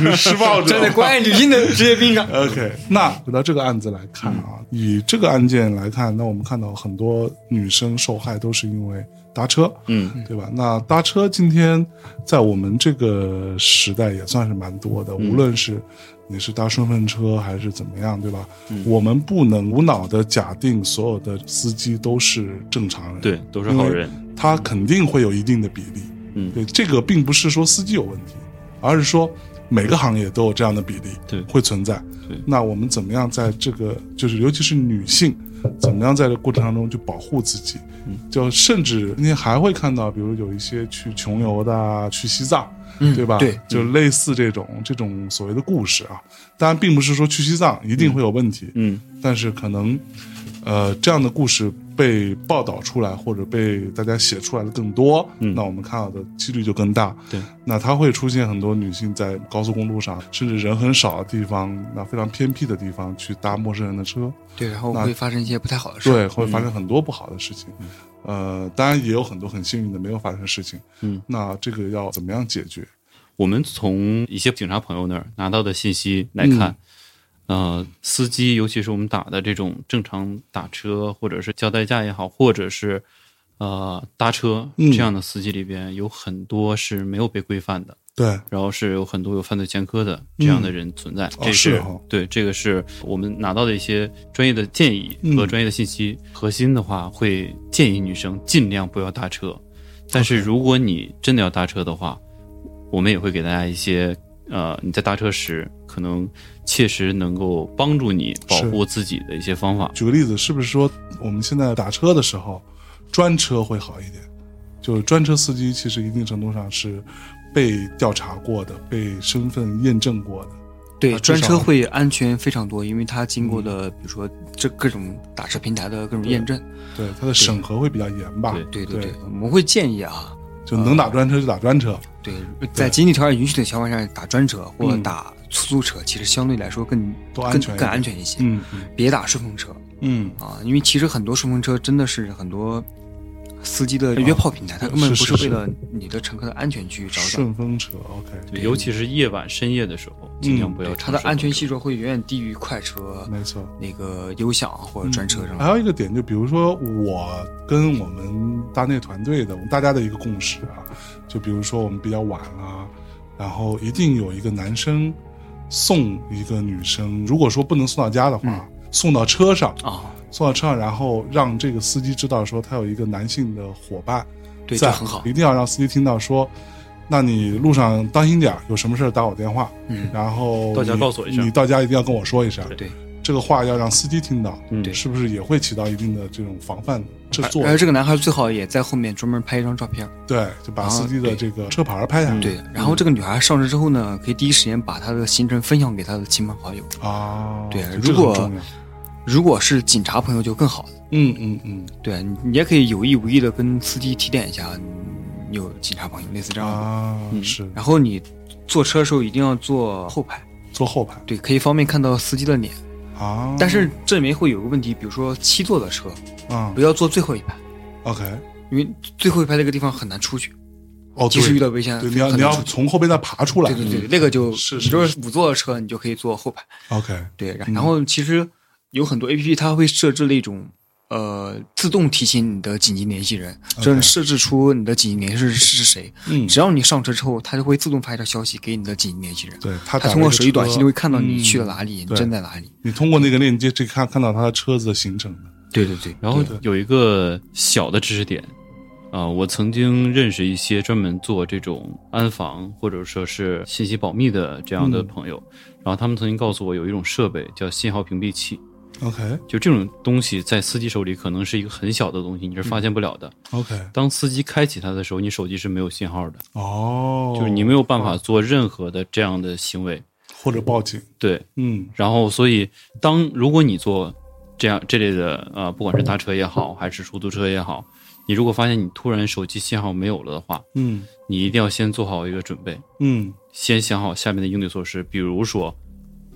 你是施暴者
站在关爱女性的职业病上。
OK，那回到这个案子来看啊，以这个案件来看，那我们看到很多女生受害都是因为搭车，
嗯，
对吧？那搭车今天在我们这个时代也算是蛮多的，无论是你是搭顺风车还是怎么样，对吧？我们不能无脑的假定所有的司机都是正常人，
对，都是好人。，
他肯定会有一定的比例。
嗯
对，这个并不是说司机有问题，而是说每个行业都有这样的比例，
对
会存在。
对
那我们怎么样在这个，就是尤其是女性，怎么样在这过程当中去保护自己？
嗯，
就甚至今天还会看到，比如有一些去穷游的啊，去西藏。
嗯
对吧？
对
就类似这种这种所谓的故事啊，当然并不是说去西藏一定会有问题，
嗯，
但是可能，呃，这样的故事被报道出来或者被大家写出来的更多，
嗯
那我们看到的几率就更大。
对，
那它会出现很多女性在高速公路上，甚至人很少的地方，那非常偏僻的地方去搭陌生人的车，
对，然后
那
会发生一些不太好的事。
对，
嗯
会发生很多不好的事情。呃，当然也有很多很幸运的没有发生事情。
嗯，
那这个要怎么样解决？
我们从一些警察朋友那儿拿到的信息来看，呃，司机，尤其是我们打的这种正常打车，或者是叫代驾也好，或者是呃搭车
嗯
这样的司机里边，有很多是没有被规范的，
对，
然后是有很多有犯罪前科
嗯
的这样的人存在。
哦
这
是
是、
哈
对，这个是我们拿到的一些专业的建议和
嗯
专业的信息。核心的话，会建议女生尽量不要搭车，但是如果你真的要搭车的话，我们也会给大家一些呃，你在搭车时可能切实能够帮助你保护自己的一些方法。
举个例子，是不是说我们现在打车的时候，专车会好一点？就是专车司机其实一定程度上是被调查过的，被身份验证过的。
对
啊，至
专
少
车会安全非常多，因为它经过的，比如说这各种打车平台的各种验证。
对，它的审核会比较严吧？
对
对
对
对对，我们会建议啊，
就能打专车就打专车。
对，在经济条件允许的情况下，打专车或者打出租车，其实相对来说更
嗯都
更
安全一点
更安全一些。
嗯
别打顺风车
嗯
啊，因为其实很多顺风车真的是很多司机的约炮平台，它根本
啊是是
不是为
是
了你的乘客的安全去着想。
顺风车，OK，
对尤其是夜晚深夜的时候，尽量不要
对，
乘
它的
顺风
安全
车
系数会远远低于快车、
没嗯啊错。
那个优享或呃者专车上。
还有一个点，就比如说我跟我们搭内团队的，我们大家的一个共识啊，就比如说我们比较晚了、然后一定有一个男生送一个女生，如果说不能送到家的话，
嗯
送到车上，
啊，
送到车上，然后让这个司机知道说他有一个男性的伙伴，
对，
在
这很好。
一定要让司机听到说，那你路上当心点儿，有什么事儿打我电话，
嗯，
然后
到家
你
告诉我一声
你到家一定要跟我说一声，
对，
这个话要让司机听到，
嗯
对哎
是不是也会起到一定的这种防范制作
然？后这个男孩最好也在后面专门拍一张照片。
对，就把司机的
啊对
这个车牌儿拍下来，
对，然后这个女孩上车之后呢，可以第一时间把她的行程分享给她的亲朋好友。
啊，
对
这个
如果
很重要
如果是警察朋友就更好了。
嗯嗯嗯，
对你你也可以有意无意的跟司机提点一下，你有警察朋友类似这样的。
啊，是
然后你坐车的时候一定要坐后排，
坐后排
对，可以方便看到司机的脸。
啊，
但是这里面会有个问题，比如说七座的车，
啊
不要坐最后一排，
，OK，
因为最后一排那个地方很难出去，
哦，
即使遇
对，
到危险，
对，你要
很
你
难
要
出去
从后边再爬出来，
对对对，那个就是你
是
就是五座的车，你就可以坐后排。
嗯，OK，
对，然然后其实有很多 A P P 它会设置那种呃自动提醒你的紧急联系人，就是设置出你的紧急联系人是谁。
嗯
只要你上车之后，它就会自动发一条消息给你的紧急联系人。
对他
它
打
通
了
过
一个
手机短
车嗯
信就会看到你去了哪里，你
对
正在哪里。
你通过那个链接，这看看到他的车子的行程的，
对对对，
然后
对
有一个小的知识点，啊、我曾经认识一些专门做这种安防或者说是信息保密的这样的
嗯
朋友，然后他们曾经告诉我有一种设备叫信号屏蔽器，
OK
就这种东西在司机手里可能是一个很小的东西，你是
嗯
发现不了的。
OK，
当司机开启它的时候，你手机是没有信号的，
哦，
就是你没有办法做任何的这样的行为。
或者报警，
对，
嗯
然后所以当如果你坐这样这类的呃，不管是搭车也好，还是出租车也好，你如果发现你突然手机信号没有了的话，
嗯
你一定要先做好一个准备，
嗯
先想好下面的应对措施，比如说，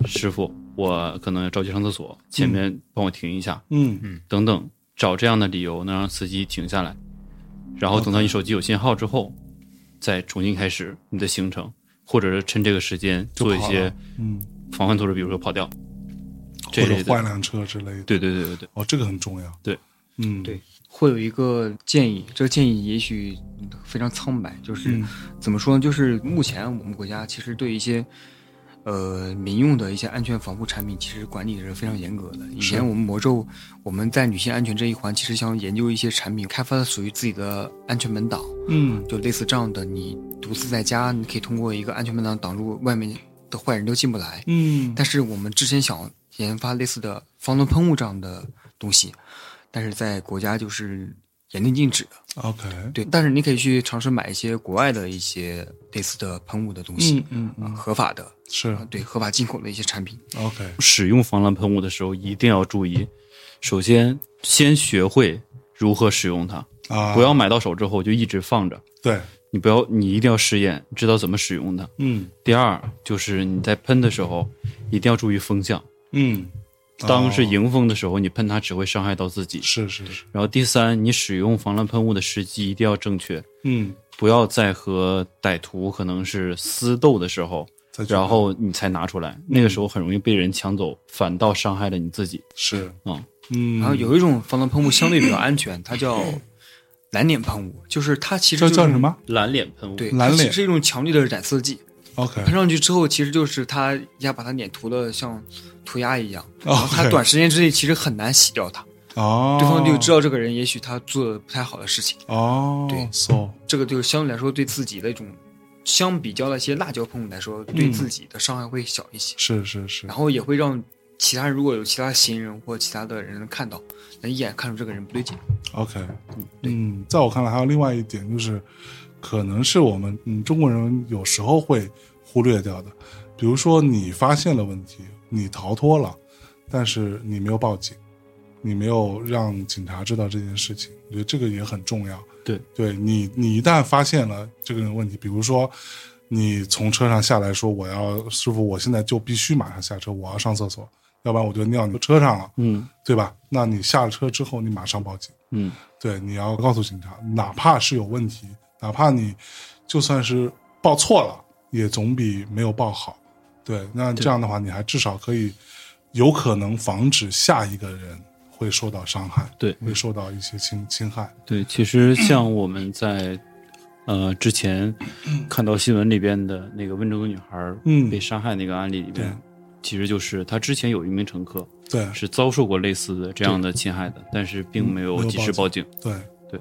师傅，我可能着急上厕所，前面帮我停一下，
嗯
等等，找这样的理由能让司机停下来，然后等到你手机有信号之后，再重新开始你的行程，或者是趁这个时间做一些
嗯，
防范措施，比如说跑掉。
或
这
者
类的。
换辆车之类的，
对对对对对，
哦，这个很重要，
对，
嗯
对会有一个建议，这个建议也许非常苍白，就是、
嗯
怎么说呢？就是目前我们国家其实对一些呃民用的一些安全防护产品，其实管理是非常严格的。以前我们魔咒，我们在女性安全这一环，其实想研究一些产品，开发的属于自己的安全门挡，
嗯
就类似这样的。你独自在家，你可以通过一个安全门挡挡住外面的坏人都进不来。
嗯，
但是我们之前想研发类似的防毒喷雾这样的东西，但是在国家就是严令禁止的。
OK，
对，但是你可以去尝试买一些国外的一些类似的喷雾的东西，
嗯嗯
啊
嗯，
合法的，
是
啊对，合法进口的一些产品。
OK，
使用防狼喷雾的时候一定要注意，首先先学会如何使用它，
啊，
不要买到手之后就一直放着，
对，
你不要，你一定要试验，知道怎么使用它。
嗯
第二就是你在喷的时候一定要注意风向，
嗯，
当是
哦
迎风的时候，你喷它只会伤害到自己。
是是是，
然后第三，你使用防狼喷雾的时机一定要正确，
嗯，
不要在和歹徒可能是私斗的时候，
再去
然后你才拿出来，那个时候很容易被人抢走，反倒伤害了你自己。
是
嗯，
嗯，
然后有一种防毒喷雾相对比较安全，它叫蓝脸喷雾，就是它其实
叫
就是
叫什？么
蓝脸喷雾，
对，
蓝
它
脸嗯
是一种强力的染色剂，
？OK，
喷上去之后，其实就是它一下把它脸涂的像涂鸦一样，然后它
OK
短时间之内其实很难洗掉它，
哦，
对方就知
道
道这个人也许他做的不太好的事情，
哦，
对
，so
这个就是相对来说对自己的一种，相比较那些辣椒喷雾来说，对
嗯
自己的伤害会小一些，
是是是
然，后也会让其他人如果有其他行人或其他的人看到，能一眼看出这个人不对劲。
OK，嗯，在我看来，还有另外一点就是，可能是我们嗯中国人有时候会忽略掉的，比如说你发现了问题，你逃脱了，但是你没有报警，你没有让警察知道这件事情，我觉得这个也很重要。
对，
对你，你一旦发现了这个人有问题，比如说你从车上下来说我要师傅，我现在就必须马上下车，我要上厕所，要不然我就尿你车上了，
嗯
对吧？那你下了车之后，你马上报警。
嗯，
对，你要告诉警察，哪怕是有问题，哪怕你就算是报错了，也总比没有报好。对，那这样的话，你还至少可以有可能防止下一个人会受到伤害，
对
会受到一些侵侵害。
对，其实像我们在呃之前看到新闻里边的那个温州女孩儿
嗯
被杀害那个案例里边，
对
其实就是她之前有一名乘客
对
是遭受过类似的这样的侵害的，但是并没
没
有
有
及时
报
报警。
对
对，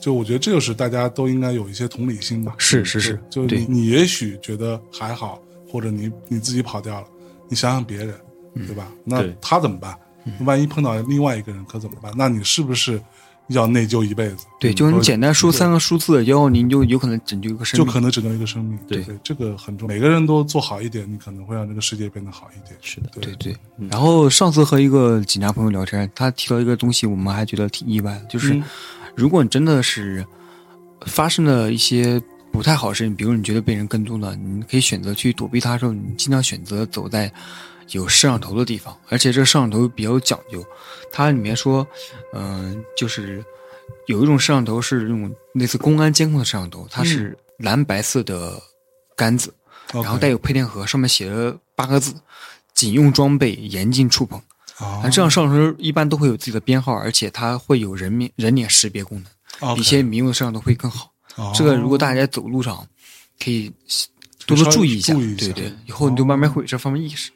就我觉得这就是大家都应该有一些同理心吧。
是是
是，就是你
对
你也许觉得还好，或者你你自己跑掉了，你想想别人，
嗯
对吧？那
对
他怎么办？万一碰到另外一个人可怎么办？那你是不是要内疚一辈子？
对，就是你简单输三个数字，然后您就有可能拯救一个生
就
命。
可能拯救一个生命。
对
这个很重要。每个人都做好一点，你可能会让这个世界变得好一点。
是的，
对
对对。然后上次和一个警察朋友聊天，他提到一个东西，我们还觉得挺意外的，就是
嗯
如果你真的是发生了一些不太好的事情，比如你觉得被人跟踪了，你可以选择去躲避他的时候，你尽量选择走在有摄像头的地方，而且这个摄像头比较有讲究。它里面说，嗯、就是有一种摄像头是那种类似公安监控的摄像头，它是蓝白色的杆子，
OK
然后带有配电盒，上面写着八个字：“警用装备严禁触碰。”
啊
那，这样摄像头一般都会有自己的编号，而且它会有人面人脸识别功能，比一些民用的摄像头会更好。
哦
这个如果大家走路上可以多多
稍微
注意一下，
注意一
对
下哦
对，以后你就慢慢会有这方面意识。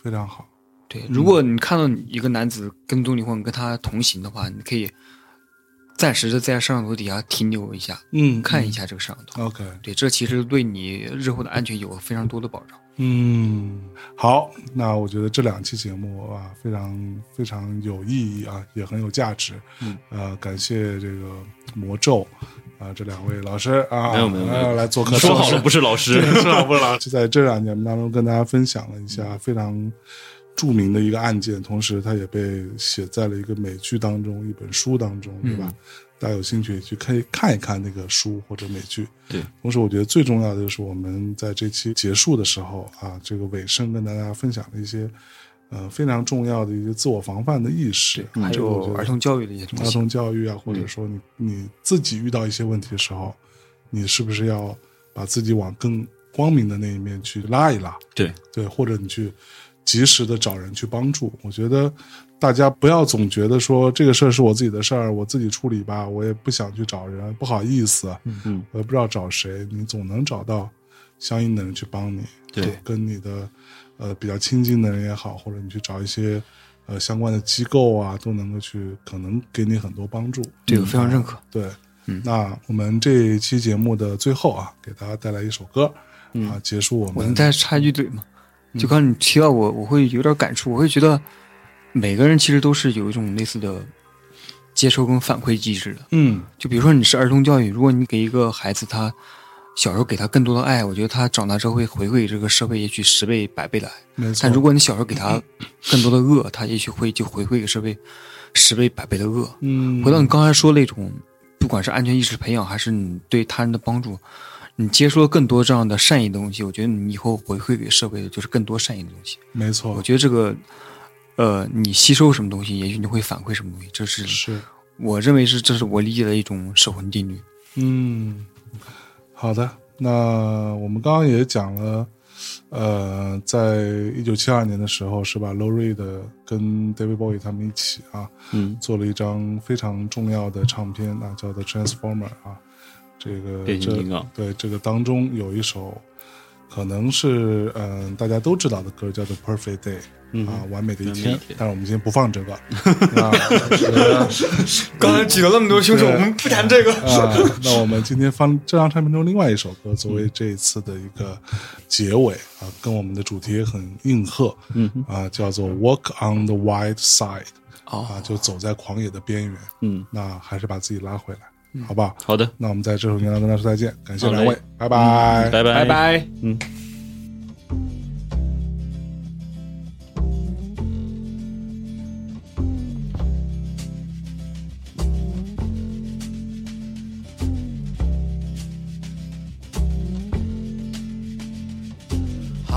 非常好。
对，如果你看到一个男子跟踪你，或者你跟他同行的话，你可以暂时的在摄像头底下停留一下，
嗯
看一下这个摄像头。
OK，
对，这其实对你日后的安全有非常多的保障。
嗯，好，那我觉得这两期节目啊，非常非常有意义啊，也很有价值。
嗯，
呃，感谢这个魔咒啊、这两位老师啊，
没有没有没有
来来做客，
说好了不是老师，
不了，就在这两节目当中跟大家分享了一下非常著名的一个案件，同时它也被写在了一个美剧当中、一本书当中，对吧？大家有兴趣也去看看一看那个书或者美剧。
对，
同时我觉得最重要的就是我们在这期结束的时候啊，这个尾声跟大家分享了一些呃非常重要的一些自我防范的意识，啊
嗯
还
这个我觉
有
得
儿童教育的一些东
儿
西。
童教育啊，或者说你你自己遇到一些问题的时候，你是不是要把自己往更光明的那一面去拉一拉？
对
对，或者你去及时的找人去帮助。我觉得大家不要总觉得说这个事儿是我自己的事儿，我自己处理吧，我也不想去找人，不好意思，啊
嗯，
我也不知道找谁，你总能找到相应的人去帮你。
对
跟你的呃比较亲近的人也好，或者你去找一些呃相关的机构啊，都能够去可能给你很多帮助。嗯
对，我非常认可。
对，
嗯
那我们这一期节目的最后啊，给大家带来一首歌。啊，结束我
嗯我
们
能再插一句嘴吗？就刚你提到我，我会有点感触，我会觉得每个人其实都是有一种类似的接收跟反馈机制的。
嗯
就比如说你是儿童教育，如果你给一个孩子他小时候给他更多的爱，我觉得他长大之后会回馈这个社会，也许十倍、百倍的爱。
没错。
但如果你小时候给他更多的恶，他也许会就回馈给社会十倍、百倍的恶。
嗯，
回到你刚才说那种，不管是安全意识培养，还是你对他人的帮助，你接收了更多这样的善意的东西，我觉得你以后回馈给社会的就是更多善意的东西。
没错，
我觉得这个，呃，你吸收什么东西，也许你会反馈什么东西，这是
是
我认为是这是我理解的一种守恒定律。
嗯，好的。那我们刚刚也讲了，呃，在一九七二年的时候，是吧 l o r i 的跟 David Bowie 他们一起啊，
嗯，
做了一张非常重要的唱片啊，叫做《Transformer》啊，这个
变形
这
金刚
对这个当中有一首，可能是嗯、呃大家都知道的歌，叫做《Perfect Day》。啊，完美的一
嗯完美
天
一天，
但是我们先不放这 个， 啊，是
刚才举了那么多凶手，
对
我们不谈这个。
啊，那我们今天放这张唱片中另外一首歌作为这一次的一个结尾啊，跟我们的主题也很应和，
嗯
啊，叫做 Walk on the Wild Side，
哦，
啊，就走在狂野的边缘，
嗯，
那还是把自己拉回来，好不好？
好的，
那我们在这首歌当中跟大家说再见，感谢
好嘞
两位，拜拜，
拜拜
拜拜。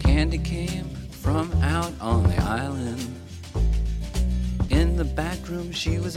Candy came from out on the island. In the back room, she was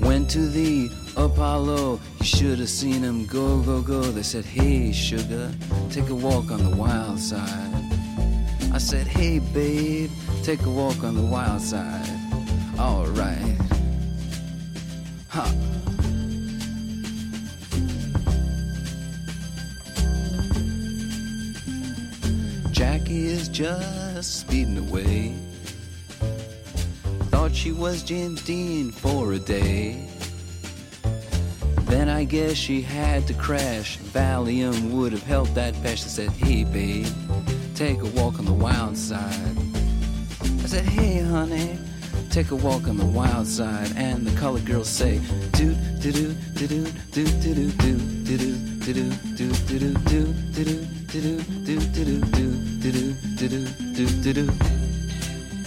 Went to the Apollo, you should have seen him go, go, go. They said, Hey, Sugar, take a walk on the wild side. I said, Hey, babe, take a walk on the wild side. Alright. Ha. Jackie is just speeding away. Thought she was James Dean for a day. Then I guess she had to crash. Valium would have helped that patch. I said, hey babe, take a walk on the wild side. I said, hey honey, take a walk on the wild side. And the colored girls say, do do do do do do do do do do do do do do do do do do do do do do do do do do do do.